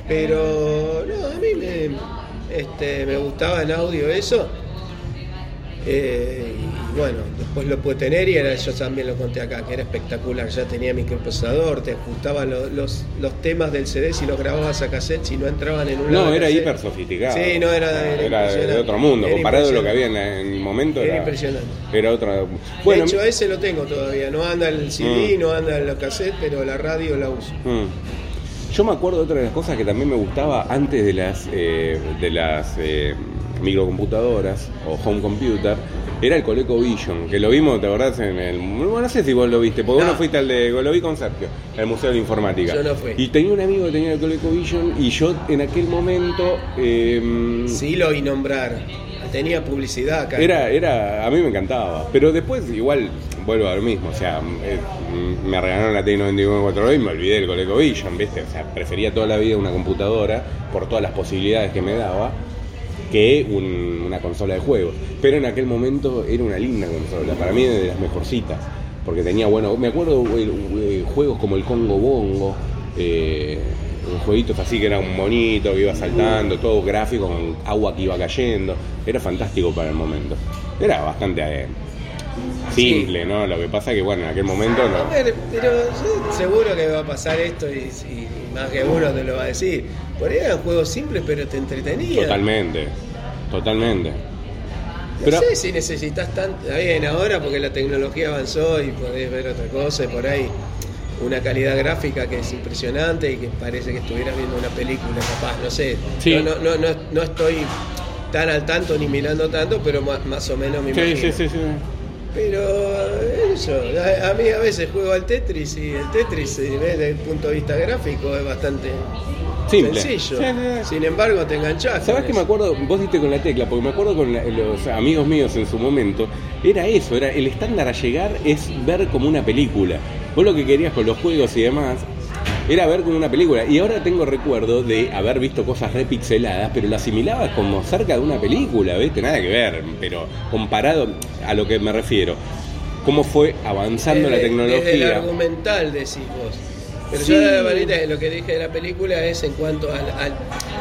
Speaker 2: pero no, a mí me, este, me gustaba en audio eso. Eh, y bueno, después lo pude tener y era, yo también lo conté acá, que era espectacular. Ya tenía microprocesador, te ajustaba lo- los, los temas del CD si los grababas a cassette, si no entraban en un lado
Speaker 1: No,
Speaker 2: de
Speaker 1: era
Speaker 2: cassette.
Speaker 1: hiper sofisticado.
Speaker 2: Sí, no, era,
Speaker 1: Era
Speaker 2: era
Speaker 1: de- de
Speaker 2: impresionante.
Speaker 1: otro mundo,
Speaker 2: Era
Speaker 1: comparado a lo que había
Speaker 2: impresionante.
Speaker 1: en, la- en el momento.
Speaker 2: Era
Speaker 1: Era,
Speaker 2: impresionante.
Speaker 1: Era otra.
Speaker 2: Bueno,
Speaker 1: Bueno,
Speaker 2: de hecho, ese lo tengo todavía. No anda el CD,
Speaker 1: Mm.
Speaker 2: no anda el cassette, pero la radio la uso.
Speaker 1: mm. Yo me acuerdo de otra de las cosas que también me gustaba antes de las, eh, de las eh, microcomputadoras o home computer, era el Coleco Vision, que lo vimos, ¿te acordás? En el, bueno, no sé si vos lo viste, porque
Speaker 2: No.
Speaker 1: vos no fuiste al de, lo vi con Sergio, al Museo de la Informática.
Speaker 2: Yo no fui.
Speaker 1: Y tenía un amigo que tenía el Coleco Vision y yo en aquel momento... eh,
Speaker 2: Sí lo oí nombrar. Tenía publicidad acá.
Speaker 1: Era, era, a mí me encantaba. Pero después igual vuelvo a lo mismo. O sea, eh, mm, me regalaron la T91 4 y me olvidé del Coleco Vision, ¿viste? O sea, prefería toda la vida una computadora por todas las posibilidades que me daba que un- una consola de juegos. Pero en aquel momento era una linda consola. Para mí era de las mejorcitas. Porque tenía, bueno, me acuerdo eh, eh, juegos como el Congo Bongo. Eh, jueguitos así que era un monito que iba saltando, todo gráfico con agua que iba cayendo. Era fantástico para el momento. Era bastante eh, simple, ¿no? Lo que pasa que, bueno, en aquel momento
Speaker 2: A
Speaker 1: no.
Speaker 2: ver, pero yo seguro que va a pasar esto y, y más que uno te lo va a decir. Por ahí eran juegos simples, pero te entretenían.
Speaker 1: Totalmente, totalmente.
Speaker 2: No
Speaker 1: Pero-
Speaker 2: sé si necesitas tanto. Está bien ahora porque la tecnología avanzó y podés ver otra cosa y por ahí una calidad gráfica que es impresionante y que parece que estuvieras viendo una película capaz, no sé.
Speaker 1: Sí.
Speaker 2: No, no, no, no, no estoy tan al tanto ni mirando tanto, pero ma- más, o menos me
Speaker 1: Sí,
Speaker 2: imagino.
Speaker 1: sí, sí, sí.
Speaker 2: Pero eso, a, a mí a veces juego al Tetris y el Tetris eh, desde el punto de vista gráfico es bastante
Speaker 1: Simple.
Speaker 2: sencillo.
Speaker 1: Sí, sí, sí.
Speaker 2: Sin embargo, te enganchás.
Speaker 1: ¿Sabes
Speaker 2: con
Speaker 1: que me
Speaker 2: eso.
Speaker 1: acuerdo? Vos diste con la tecla, porque me acuerdo con la- los amigos míos en su momento, era eso, era el estándar a llegar es ver como una película. Vos lo que querías con los juegos y demás era ver como una película. Y ahora tengo recuerdo de haber visto cosas repixeladas, pero lo asimilabas como cerca de una película, ¿viste? Nada que ver, pero comparado a lo que me refiero. Cómo fue avanzando la
Speaker 2: Desde- Desde Eh, el
Speaker 1: tecnología.
Speaker 2: argumental decís vos. Pero
Speaker 1: Sí.
Speaker 2: yo la verdad, lo que dije de la película es en cuanto al. al-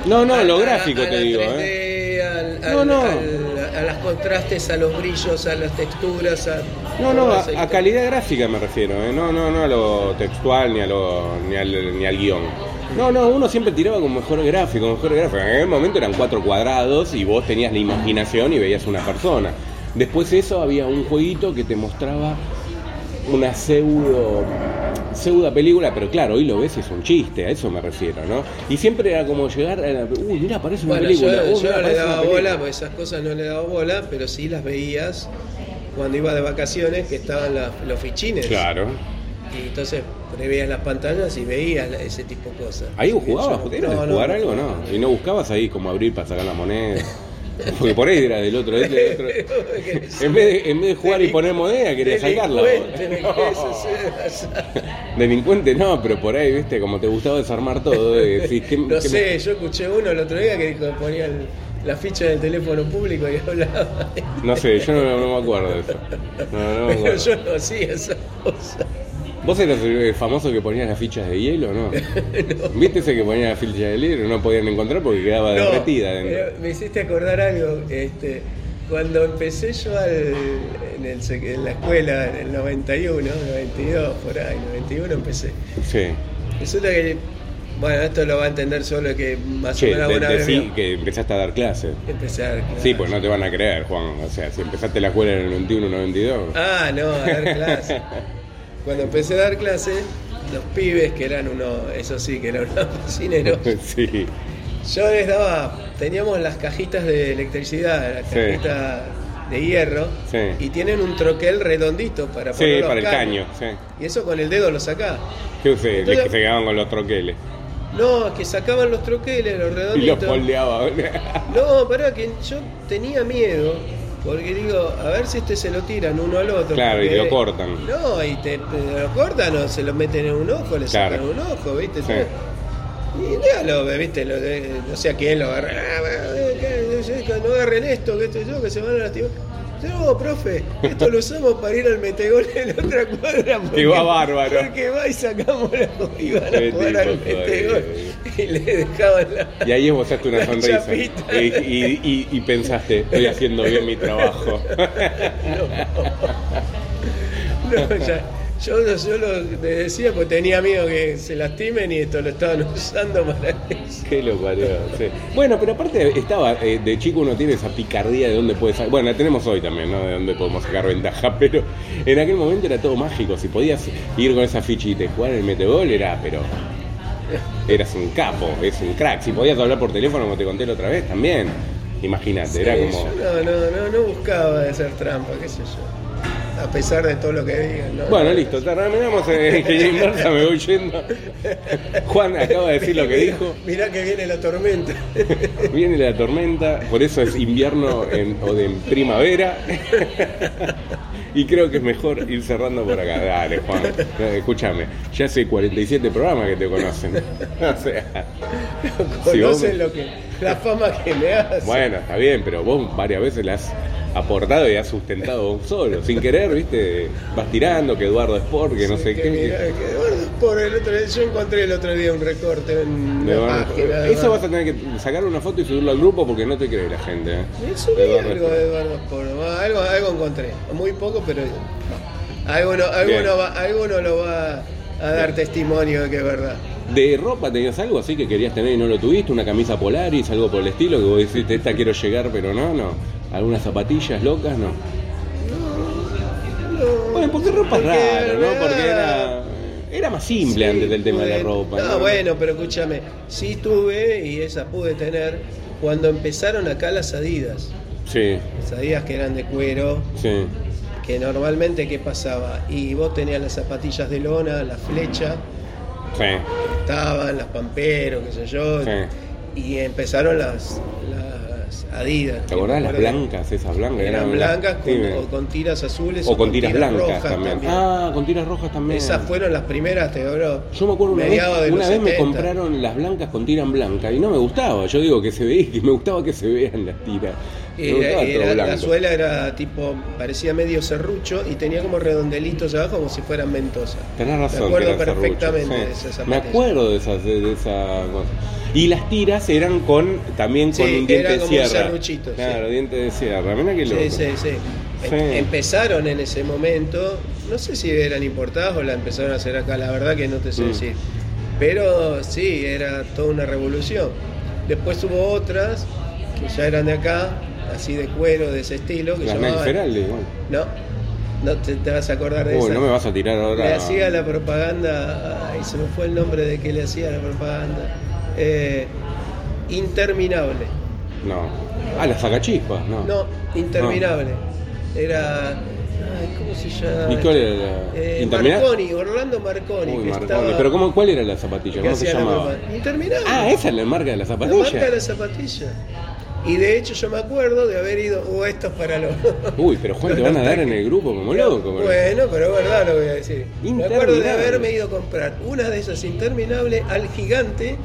Speaker 1: No, no,
Speaker 2: al-
Speaker 1: lo
Speaker 2: a-
Speaker 1: gráfico
Speaker 2: a
Speaker 1: te
Speaker 2: la
Speaker 1: digo, ¿eh?
Speaker 2: 3D, al-
Speaker 1: No,
Speaker 2: al-
Speaker 1: no.
Speaker 2: al- a los contrastes, a los brillos, a las texturas. A,
Speaker 1: No, no,
Speaker 2: toda
Speaker 1: a,
Speaker 2: esa
Speaker 1: a
Speaker 2: historia.
Speaker 1: calidad gráfica me refiero, ¿eh? no, no, no a lo textual ni, a lo, ni, al, ni al guión. No, no, uno siempre tiraba con mejor gráfico, mejor gráfico. En aquel momento eran cuatro cuadrados y vos tenías la imaginación y veías una persona. Después de eso había un jueguito que te mostraba una pseudo pseudo película, pero claro, hoy lo ves y es un chiste, a eso me refiero, ¿no? Y siempre era como llegar a la, uy, mira, parece una
Speaker 2: Bueno,
Speaker 1: película.
Speaker 2: yo,
Speaker 1: uy,
Speaker 2: yo
Speaker 1: mirá,
Speaker 2: no le
Speaker 1: parece una
Speaker 2: daba
Speaker 1: película".
Speaker 2: bola, porque esas cosas no le daba bola, pero sí las veías cuando iba de vacaciones, que estaban las- los fichines.
Speaker 1: Claro.
Speaker 2: Y entonces preveías las pantallas y veías la- ese tipo de cosas.
Speaker 1: ¿Ahí
Speaker 2: Así
Speaker 1: vos
Speaker 2: que
Speaker 1: jugabas?
Speaker 2: yo no-
Speaker 1: ¿Eras de
Speaker 2: no, no,
Speaker 1: jugar
Speaker 2: no
Speaker 1: algo
Speaker 2: jugaba.
Speaker 1: no? Y no buscabas ahí como abrir para sacar la moneda. Porque por ahí era del otro, del otro. En vez de, en vez de jugar y poner moneda, quería sacarla. vos.
Speaker 2: Delincuente, me querés hacer-
Speaker 1: No. Delincuente no, pero por ahí, viste, como te gustaba desarmar todo. eh, decís, ¿qué-
Speaker 2: No
Speaker 1: qué-
Speaker 2: sé, yo escuché uno el otro día que dijo que ponía el- la ficha del teléfono público y hablaba.
Speaker 1: No sé, yo no, no me acuerdo de eso. No, no me
Speaker 2: Pero
Speaker 1: acuerdo.
Speaker 2: yo no hacía esas cosas.
Speaker 1: ¿Vos eras el eh, famoso que ponías las fichas de hielo no? ¿Viste ese que ponía las fichas de hielo? No podían encontrar porque quedaba
Speaker 2: No, Eh,
Speaker 1: derretida dentro.
Speaker 2: pero me hiciste acordar algo. Este, cuando empecé yo al- en, el sec- en la escuela, en el 91, 92, por ahí, 91 empecé.
Speaker 1: Sí.
Speaker 2: Resulta que, bueno, esto lo va a entender solo el que más
Speaker 1: Che,
Speaker 2: o menos
Speaker 1: de-
Speaker 2: alguna vez
Speaker 1: decí
Speaker 2: vio.
Speaker 1: que empezaste a dar clases.
Speaker 2: Empecé a dar clases.
Speaker 1: Sí, pues no te van a creer, Juan. O sea, si empezaste la escuela en el 21, 92.
Speaker 2: Ah, no, a dar clases. Cuando empecé a dar clases, los pibes que eran uno, eso sí, que eran unos cocineros,
Speaker 1: sí.
Speaker 2: yo les daba, teníamos las cajitas de electricidad, las
Speaker 1: Sí.
Speaker 2: cajitas de hierro,
Speaker 1: Sí.
Speaker 2: y tienen un troquel redondito para
Speaker 1: Sí,
Speaker 2: poner los
Speaker 1: para el caño,
Speaker 2: caños.
Speaker 1: sí.
Speaker 2: Y eso con el dedo lo sacá.
Speaker 1: ¿Qué usé?
Speaker 2: Entonces-
Speaker 1: Les que se quedaban con los troqueles.
Speaker 2: No, es que sacaban los troqueles, los
Speaker 1: Y los
Speaker 2: redonditos.
Speaker 1: moldeaba.
Speaker 2: No, pará, que yo tenía miedo. Porque digo, a ver si este se lo tiran uno al otro.
Speaker 1: Claro, y
Speaker 2: porque-
Speaker 1: lo cortan.
Speaker 2: No, y te, te lo cortan o se lo meten en un ojo, le
Speaker 1: Claro.
Speaker 2: sacan un ojo, ¿viste?
Speaker 1: Sí.
Speaker 2: Y ya lo, viste, lo, de- no sé a quién lo agarra. Ah, bueno, eh, que- que No agarren esto, que esto y yo, que se van a lastimar. Yo, No, profe, esto lo usamos para ir al metegol en la otra cuadra.
Speaker 1: Que va bárbaro.
Speaker 2: Porque va y sacamos la y van
Speaker 1: Qué
Speaker 2: a jugar al
Speaker 1: tipo,
Speaker 2: metegol.
Speaker 1: todavía.
Speaker 2: Y le dejaban la.
Speaker 1: Y ahí esbozaste una
Speaker 2: La
Speaker 1: sonrisa. Y,
Speaker 2: chapita.
Speaker 1: y- y- y pensaste, estoy haciendo bien mi trabajo.
Speaker 2: No, ya, yo, lo- yo lo te decía porque tenía miedo que se lastimen y esto lo estaban usando para eso.
Speaker 1: Qué lo parió, sí. Bueno, pero aparte estaba, eh, de chico uno tiene esa picardía de dónde puede sacar. Bueno, la tenemos hoy también, ¿no? De dónde podemos sacar ventaja, pero en aquel momento era todo mágico. Si podías ir con esa fichita y jugar el metegol, era, pero. eras un capo, es un crack. Si podías hablar por teléfono, como te conté la otra vez, también. Imagínate,
Speaker 2: Sí,
Speaker 1: era como.
Speaker 2: yo no, no, no, no buscaba de hacer trampa, qué sé yo. A pesar de todo lo que digan. ¿no?
Speaker 1: Bueno, listo, terminamos en ingeniería inversa, me voy yendo. Juan acaba de decir lo que dijo.
Speaker 2: Mirá que viene la tormenta.
Speaker 1: Viene la tormenta, por eso es invierno en- o de primavera. Y creo que es mejor ir cerrando por acá. Dale, Juan, dale, escúchame. Ya hace 47 programas que te conocen. O sea, Sí, vos
Speaker 2: Conocen
Speaker 1: me-
Speaker 2: lo que. La fama que me hace.
Speaker 1: bueno, está bien, pero vos varias veces la has aportado y has sustentado vos solo. Sin querer, viste, vas tirando que Eduardo Sport, que no sé qué.
Speaker 2: mirá, que- bueno, por el otro día, yo encontré el otro día un recorte en
Speaker 1: Me
Speaker 2: la
Speaker 1: van-
Speaker 2: página. de
Speaker 1: eso
Speaker 2: Eduardo.
Speaker 1: vas a tener que sacar una foto y subirlo al grupo porque no te cree la gente. ¿eh?
Speaker 2: Me subí
Speaker 1: Eduardo
Speaker 2: algo
Speaker 1: Sport.
Speaker 2: de Eduardo Sport, va, algo, algo encontré, muy poco, pero algo no, algo
Speaker 1: Bien.
Speaker 2: no va, algo no lo va a dar testimonio de que es verdad.
Speaker 1: De ropa tenías algo así que querías tener y no lo tuviste, una camisa polaris, algo por el estilo, que vos decís, esta quiero llegar, pero no, no. Algunas zapatillas locas, no.
Speaker 2: No,
Speaker 1: Bueno, porque ropa es
Speaker 2: porque
Speaker 1: raro, ¿no?
Speaker 2: era-
Speaker 1: Porque era, era más simple
Speaker 2: Sí,
Speaker 1: antes del tema de la
Speaker 2: pude-
Speaker 1: ropa.
Speaker 2: No, bueno, pero escúchame, sí tuve y esa pude tener cuando empezaron acá las Adidas.
Speaker 1: Sí,
Speaker 2: Las Adidas que eran de cuero,
Speaker 1: sí.
Speaker 2: que normalmente ¿qué pasaba? Y vos tenías las zapatillas de lona, la flecha,
Speaker 1: Sí,
Speaker 2: estaban las pamperos, qué sé yo.
Speaker 1: sí.
Speaker 2: Y empezaron las, las Adidas.
Speaker 1: ¿Te acordás
Speaker 2: Me
Speaker 1: las
Speaker 2: acuerdo.
Speaker 1: blancas, esas blancas?
Speaker 2: Eran blancas con,
Speaker 1: sí, me-
Speaker 2: o con tiras azules
Speaker 1: o con, tiras, blancas
Speaker 2: rojas
Speaker 1: también. Ah, con tiras rojas también.
Speaker 2: Esas fueron las primeras, te hablo.
Speaker 1: Yo me acuerdo una vez,
Speaker 2: mediados de
Speaker 1: una
Speaker 2: los
Speaker 1: vez me
Speaker 2: 70.
Speaker 1: compraron las blancas con tiran blanca y no me gustaba. Yo digo que se veía, que me gustaba que se vean las tiras. Me
Speaker 2: Era-
Speaker 1: gustaba
Speaker 2: Eh, era-
Speaker 1: todo
Speaker 2: la
Speaker 1: blanco.
Speaker 2: suela era tipo, parecía medio serrucho y tenía como redondelitos abajo como si fueran mentosa.
Speaker 1: Tenés razón.
Speaker 2: Me acuerdo
Speaker 1: tenés razón,
Speaker 2: perfectamente
Speaker 1: Rucho,
Speaker 2: de
Speaker 1: sí.
Speaker 2: esas
Speaker 1: Me
Speaker 2: zapatillas.
Speaker 1: acuerdo de, esas, de, de esa cosa. Y las tiras eran con también con
Speaker 2: Sí,
Speaker 1: un diente
Speaker 2: era
Speaker 1: de
Speaker 2: como un
Speaker 1: sierra.
Speaker 2: serruchito, sí.
Speaker 1: claro, diente de sierra. Mirá que loco.
Speaker 2: Sí, sí, sí.
Speaker 1: Sí.
Speaker 2: Em- Empezaron en ese momento, no sé si eran importadas o la empezaron a hacer acá, la verdad que no te sé
Speaker 1: Mm.
Speaker 2: decir. Pero sí, era toda una revolución. Después hubo otras que ya eran de acá, así de cuero, de ese estilo, que
Speaker 1: Las
Speaker 2: llamaban-
Speaker 1: Nike Feraldi, bueno.
Speaker 2: No, no te, te vas a acordar de
Speaker 1: Uy,
Speaker 2: esa.
Speaker 1: no me vas a tirar ahora.
Speaker 2: Le hacía la propaganda, ay, se me fue el nombre de que le hacía la propaganda. Eh, interminable.
Speaker 1: No. Ah, las sacachispas, no.
Speaker 2: No, interminable. Era. ay, ¿Cómo se llama?
Speaker 1: ¿Y cuál era la-
Speaker 2: Eh,
Speaker 1: interminable?
Speaker 2: Marconi, Orlando Marconi.
Speaker 1: Uy,
Speaker 2: que
Speaker 1: Marconi.
Speaker 2: estaba-
Speaker 1: Pero cómo, ¿cuál era la zapatilla?
Speaker 2: que
Speaker 1: ¿Cómo se
Speaker 2: hacía la
Speaker 1: llamaba?
Speaker 2: propaganda. Interminable.
Speaker 1: Ah, esa es la marca de la
Speaker 2: La
Speaker 1: zapatilla.
Speaker 2: marca de la zapatilla. Y de hecho, yo me acuerdo de haber ido. Uh, esto es para los.
Speaker 1: Uy, pero Juan, te van a dar en el grupo como loco. con eso.
Speaker 2: Bueno, pero es verdad lo que voy a decir. Me acuerdo de
Speaker 1: Interminable.
Speaker 2: haberme ido a comprar una de esas interminables al gigante.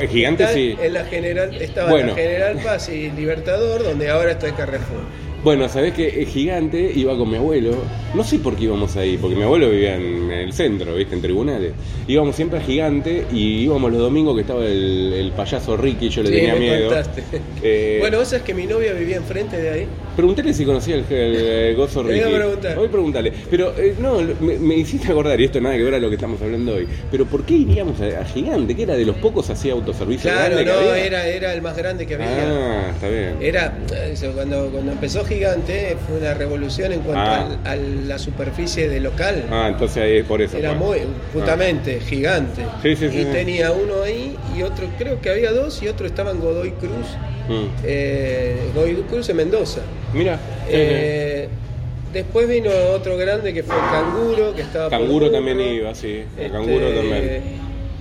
Speaker 1: El gigante
Speaker 2: Tal,
Speaker 1: sí.
Speaker 2: En la general, estaba en
Speaker 1: Bueno.
Speaker 2: la General Paz y Libertador, donde ahora está el Carrefour.
Speaker 1: Bueno, sabés que el gigante iba con mi abuelo. No sé por qué íbamos ahí, porque mi abuelo vivía en el centro, ¿viste? En tribunales. Íbamos siempre al gigante y íbamos los domingos que estaba el, el payaso Ricky, yo le
Speaker 2: Sí,
Speaker 1: tenía
Speaker 2: me
Speaker 1: miedo.
Speaker 2: contaste.
Speaker 1: Eh,
Speaker 2: Bueno, vos sabés que mi novia vivía enfrente de ahí.
Speaker 1: Preguntale si conocía el, el- el gozo
Speaker 2: Te voy a
Speaker 1: Ricky.
Speaker 2: preguntar.
Speaker 1: Hoy preguntale. Pero eh, no, me, me hiciste acordar, y esto nada que ver a lo que estamos hablando hoy. Pero ¿por qué iríamos a, a Gigante? Que era de los pocos hacía autoservicio.
Speaker 2: Claro,
Speaker 1: grande que
Speaker 2: no,
Speaker 1: había?
Speaker 2: era, era el más grande que había.
Speaker 1: Ah, está bien.
Speaker 2: Era, eso, cuando, cuando empezó Gigante fue una revolución en cuanto
Speaker 1: Ah.
Speaker 2: al- a la superficie de local.
Speaker 1: Ah, entonces ahí es por eso. pues. Ah.
Speaker 2: Era
Speaker 1: Juan.
Speaker 2: muy, justamente, gigante.
Speaker 1: Sí, sí, sí,
Speaker 2: y
Speaker 1: sí.
Speaker 2: tenía uno ahí y otro, creo que había dos y otro estaba en Godoy Cruz.
Speaker 1: Ah, mm.
Speaker 2: eh, Godoy Cruz en Mendoza.
Speaker 1: Mira.
Speaker 2: Eh, después vino otro grande que fue Canguro, que estaba por
Speaker 1: Canguro
Speaker 2: Burgos.
Speaker 1: también iba, sí. El
Speaker 2: Este,
Speaker 1: canguro también.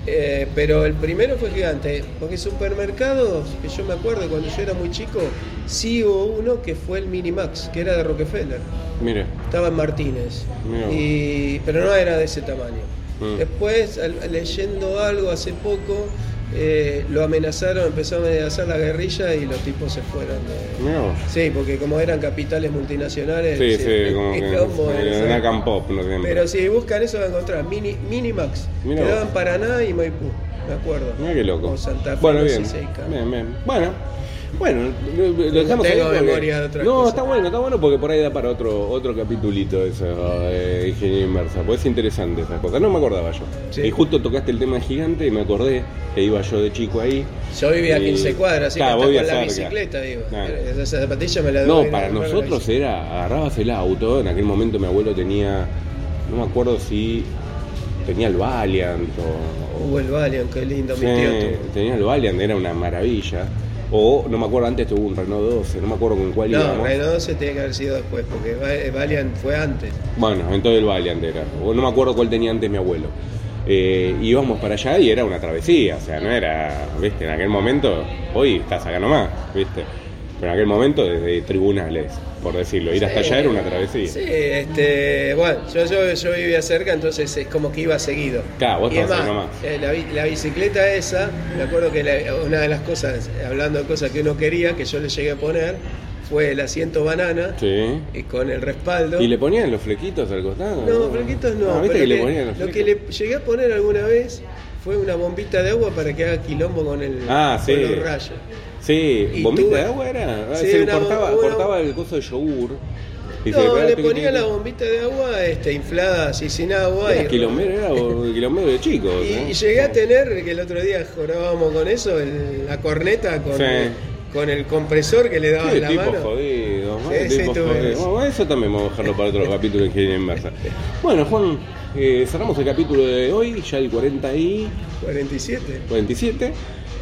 Speaker 2: eh, pero el primero fue gigante, porque supermercados, que yo me acuerdo cuando yo era muy chico, sí hubo uno que fue el Minimax, que era de Rockefeller,
Speaker 1: Mira.
Speaker 2: estaba en Martínez,
Speaker 1: Mirá vos.
Speaker 2: y, pero no era de ese tamaño.
Speaker 1: Mm.
Speaker 2: Después, al- leyendo algo hace poco, eh, lo amenazaron, empezó a amenazar la guerrilla y los tipos se fueron. de-
Speaker 1: Mira vos.
Speaker 2: Sí, porque como eran capitales multinacionales,
Speaker 1: Sí, sí, como que.
Speaker 2: como
Speaker 1: eh,
Speaker 2: esa-
Speaker 1: Una campop, no siempre.
Speaker 2: pero si buscan eso van a encontrar Mini, Minimax.
Speaker 1: Mirá
Speaker 2: Te
Speaker 1: vos.
Speaker 2: daban Paraná y Maipú, me acuerdo.
Speaker 1: Mira qué loco.
Speaker 2: O Santa Fe.
Speaker 1: bueno,
Speaker 2: no
Speaker 1: bien.
Speaker 2: sé si hay cambio.
Speaker 1: bien, bien. Bueno, bueno, lo- lo dejamos ahí
Speaker 2: tengo
Speaker 1: porque-
Speaker 2: memoria de otras
Speaker 1: No,
Speaker 2: cosas.
Speaker 1: está bueno, está bueno porque por ahí da para otro otro capitulito eso de ingeniería inversa. Porque es interesante esas cosas. No me acordaba yo.
Speaker 2: Sí.
Speaker 1: Y justo tocaste el tema de gigante y me acordé que iba yo de chico ahí.
Speaker 2: Yo vivía a 15 cuadras, así
Speaker 1: Claro,
Speaker 2: que
Speaker 1: vos
Speaker 2: hasta con
Speaker 1: vivías
Speaker 2: la
Speaker 1: cerca.
Speaker 2: bicicleta, digo.
Speaker 1: Claro.
Speaker 2: Esa zapatilla me la doy.
Speaker 1: No,
Speaker 2: en
Speaker 1: para
Speaker 2: el lugar de
Speaker 1: nosotros
Speaker 2: la
Speaker 1: era, agarrabas el auto, en aquel momento mi abuelo tenía, no me acuerdo si tenía el Valiant o...
Speaker 2: Hubo Uh, el Valiant, qué lindo,
Speaker 1: Sí,
Speaker 2: mi tío. tuvo.
Speaker 1: tenía el Valiant, era una maravilla. O, no me acuerdo, antes tuvo un Renault 12, no me acuerdo con cuál
Speaker 2: No,
Speaker 1: íbamos.
Speaker 2: Renault 12 tiene que haber sido después, porque Va- Valiant fue antes.
Speaker 1: Bueno, entonces el Valiant era. O no me acuerdo cuál tenía antes mi abuelo. Eh, íbamos para allá y era una travesía, o sea, no era, viste, en aquel momento, hoy estás acá nomás, viste. Pero en aquel momento desde tribunales, por decirlo, ir hasta
Speaker 2: Sí.
Speaker 1: allá era una travesía.
Speaker 2: Sí, este, bueno, yo, yo, yo vivía cerca, entonces es como que iba seguido.
Speaker 1: Claro, vos
Speaker 2: y
Speaker 1: estabas ahí
Speaker 2: además,
Speaker 1: nomás.
Speaker 2: eh, la, bi- la bicicleta esa, me acuerdo que la- una de las cosas, hablando de cosas que uno quería, que yo le llegué a poner, fue el asiento banana
Speaker 1: Sí.
Speaker 2: y con el respaldo.
Speaker 1: ¿Y le ponían los flequitos al costado?
Speaker 2: No, flequitos no.
Speaker 1: Ah, ¿Viste
Speaker 2: pero
Speaker 1: que le
Speaker 2: que-
Speaker 1: ponían los
Speaker 2: lo que
Speaker 1: flequitos?
Speaker 2: le llegué a poner alguna vez fue una bombita de agua para que haga quilombo con el
Speaker 1: Ah,
Speaker 2: con
Speaker 1: sí.
Speaker 2: los rayos.
Speaker 1: Sí,
Speaker 2: Y
Speaker 1: bombita
Speaker 2: tuve-
Speaker 1: de agua era. Ah,
Speaker 2: Sí,
Speaker 1: se
Speaker 2: una
Speaker 1: cortaba,
Speaker 2: bo- una-
Speaker 1: cortaba el coso de yogur. y se
Speaker 2: no,
Speaker 1: pegaba
Speaker 2: le
Speaker 1: piqui,
Speaker 2: ponía
Speaker 1: piqui.
Speaker 2: la bombita de agua este, inflada así sin agua.
Speaker 1: Era
Speaker 2: y-
Speaker 1: quilombero, era bo- quilombero de chicos. ¿eh? ¿no?
Speaker 2: Y, y llegué a tener, que el otro día jorábamos con eso, el- la corneta con,
Speaker 1: Sí.
Speaker 2: el, con el compresor que le daba
Speaker 1: Qué
Speaker 2: la
Speaker 1: tipo
Speaker 2: mano.
Speaker 1: jodido,
Speaker 2: Sí,
Speaker 1: madre,
Speaker 2: sí,
Speaker 1: tipo
Speaker 2: tuve
Speaker 1: jodido.
Speaker 2: eso.
Speaker 1: Bueno, eso también vamos a dejarlo para otro capítulo de Ingeniería Inversa. Bueno, Juan, eh, cerramos el capítulo de hoy, ya el 40 y
Speaker 2: 47.
Speaker 1: 47.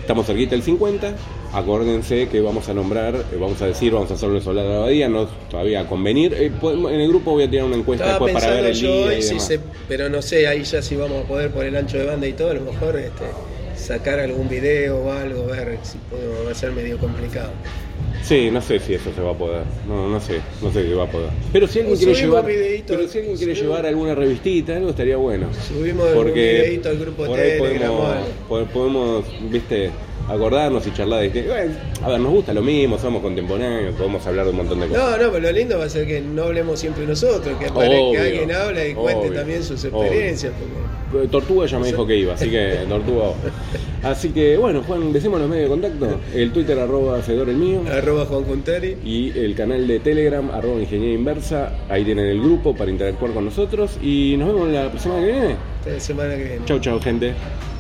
Speaker 1: Estamos cerquita del 50. Acuérdense que vamos a nombrar, eh, vamos a decir, vamos a hacer un soldado de la abadía, no todavía a convenir. Eh, podemos- en el grupo voy a tirar una encuesta
Speaker 2: Estaba
Speaker 1: después para ver
Speaker 2: pensando
Speaker 1: el
Speaker 2: yo
Speaker 1: día
Speaker 2: hoy,
Speaker 1: y
Speaker 2: si
Speaker 1: demás.
Speaker 2: se- pero no sé, ahí ya si vamos a poder por el ancho de banda y todo, a lo mejor este, sacar algún video o algo, ver si puedo, va a ser medio complicado.
Speaker 1: Sí, no sé si eso se va a poder. No, no sé, no sé si va a poder. Pero si alguien
Speaker 2: O
Speaker 1: quiere
Speaker 2: Pues subimos
Speaker 1: llevar,
Speaker 2: videíto.
Speaker 1: pero si alguien quiere
Speaker 2: Subimos.
Speaker 1: llevar alguna revistita, algo estaría bueno.
Speaker 2: Subimos algún videíto al grupo
Speaker 1: por ahí
Speaker 2: Telegram o
Speaker 1: podemos,
Speaker 2: algo.
Speaker 1: po- podemos, viste, acordarnos y charlar de que, bueno, a ver, nos gusta lo mismo, somos contemporáneos, podemos hablar de un montón de cosas.
Speaker 2: No, no, pero lo lindo va a ser que no hablemos siempre nosotros, que aparezca
Speaker 1: Obvio,
Speaker 2: alguien habla y cuente
Speaker 1: obvio,
Speaker 2: también sus
Speaker 1: obvio.
Speaker 2: experiencias. porque-
Speaker 1: Eh, Tortuga ya me dijo que iba, así que Tortuga. vos. Así que bueno, Juan, decimos los medios de contacto, el Twitter arroba Fedor el mío.
Speaker 2: Arroba Juan Cuntari.
Speaker 1: y el canal de Telegram, arroba ingeniería inversa. Ahí tienen el grupo para interactuar con nosotros. Y nos vemos la semana que viene.
Speaker 2: Hasta la semana que viene.
Speaker 1: Chau, chau, gente.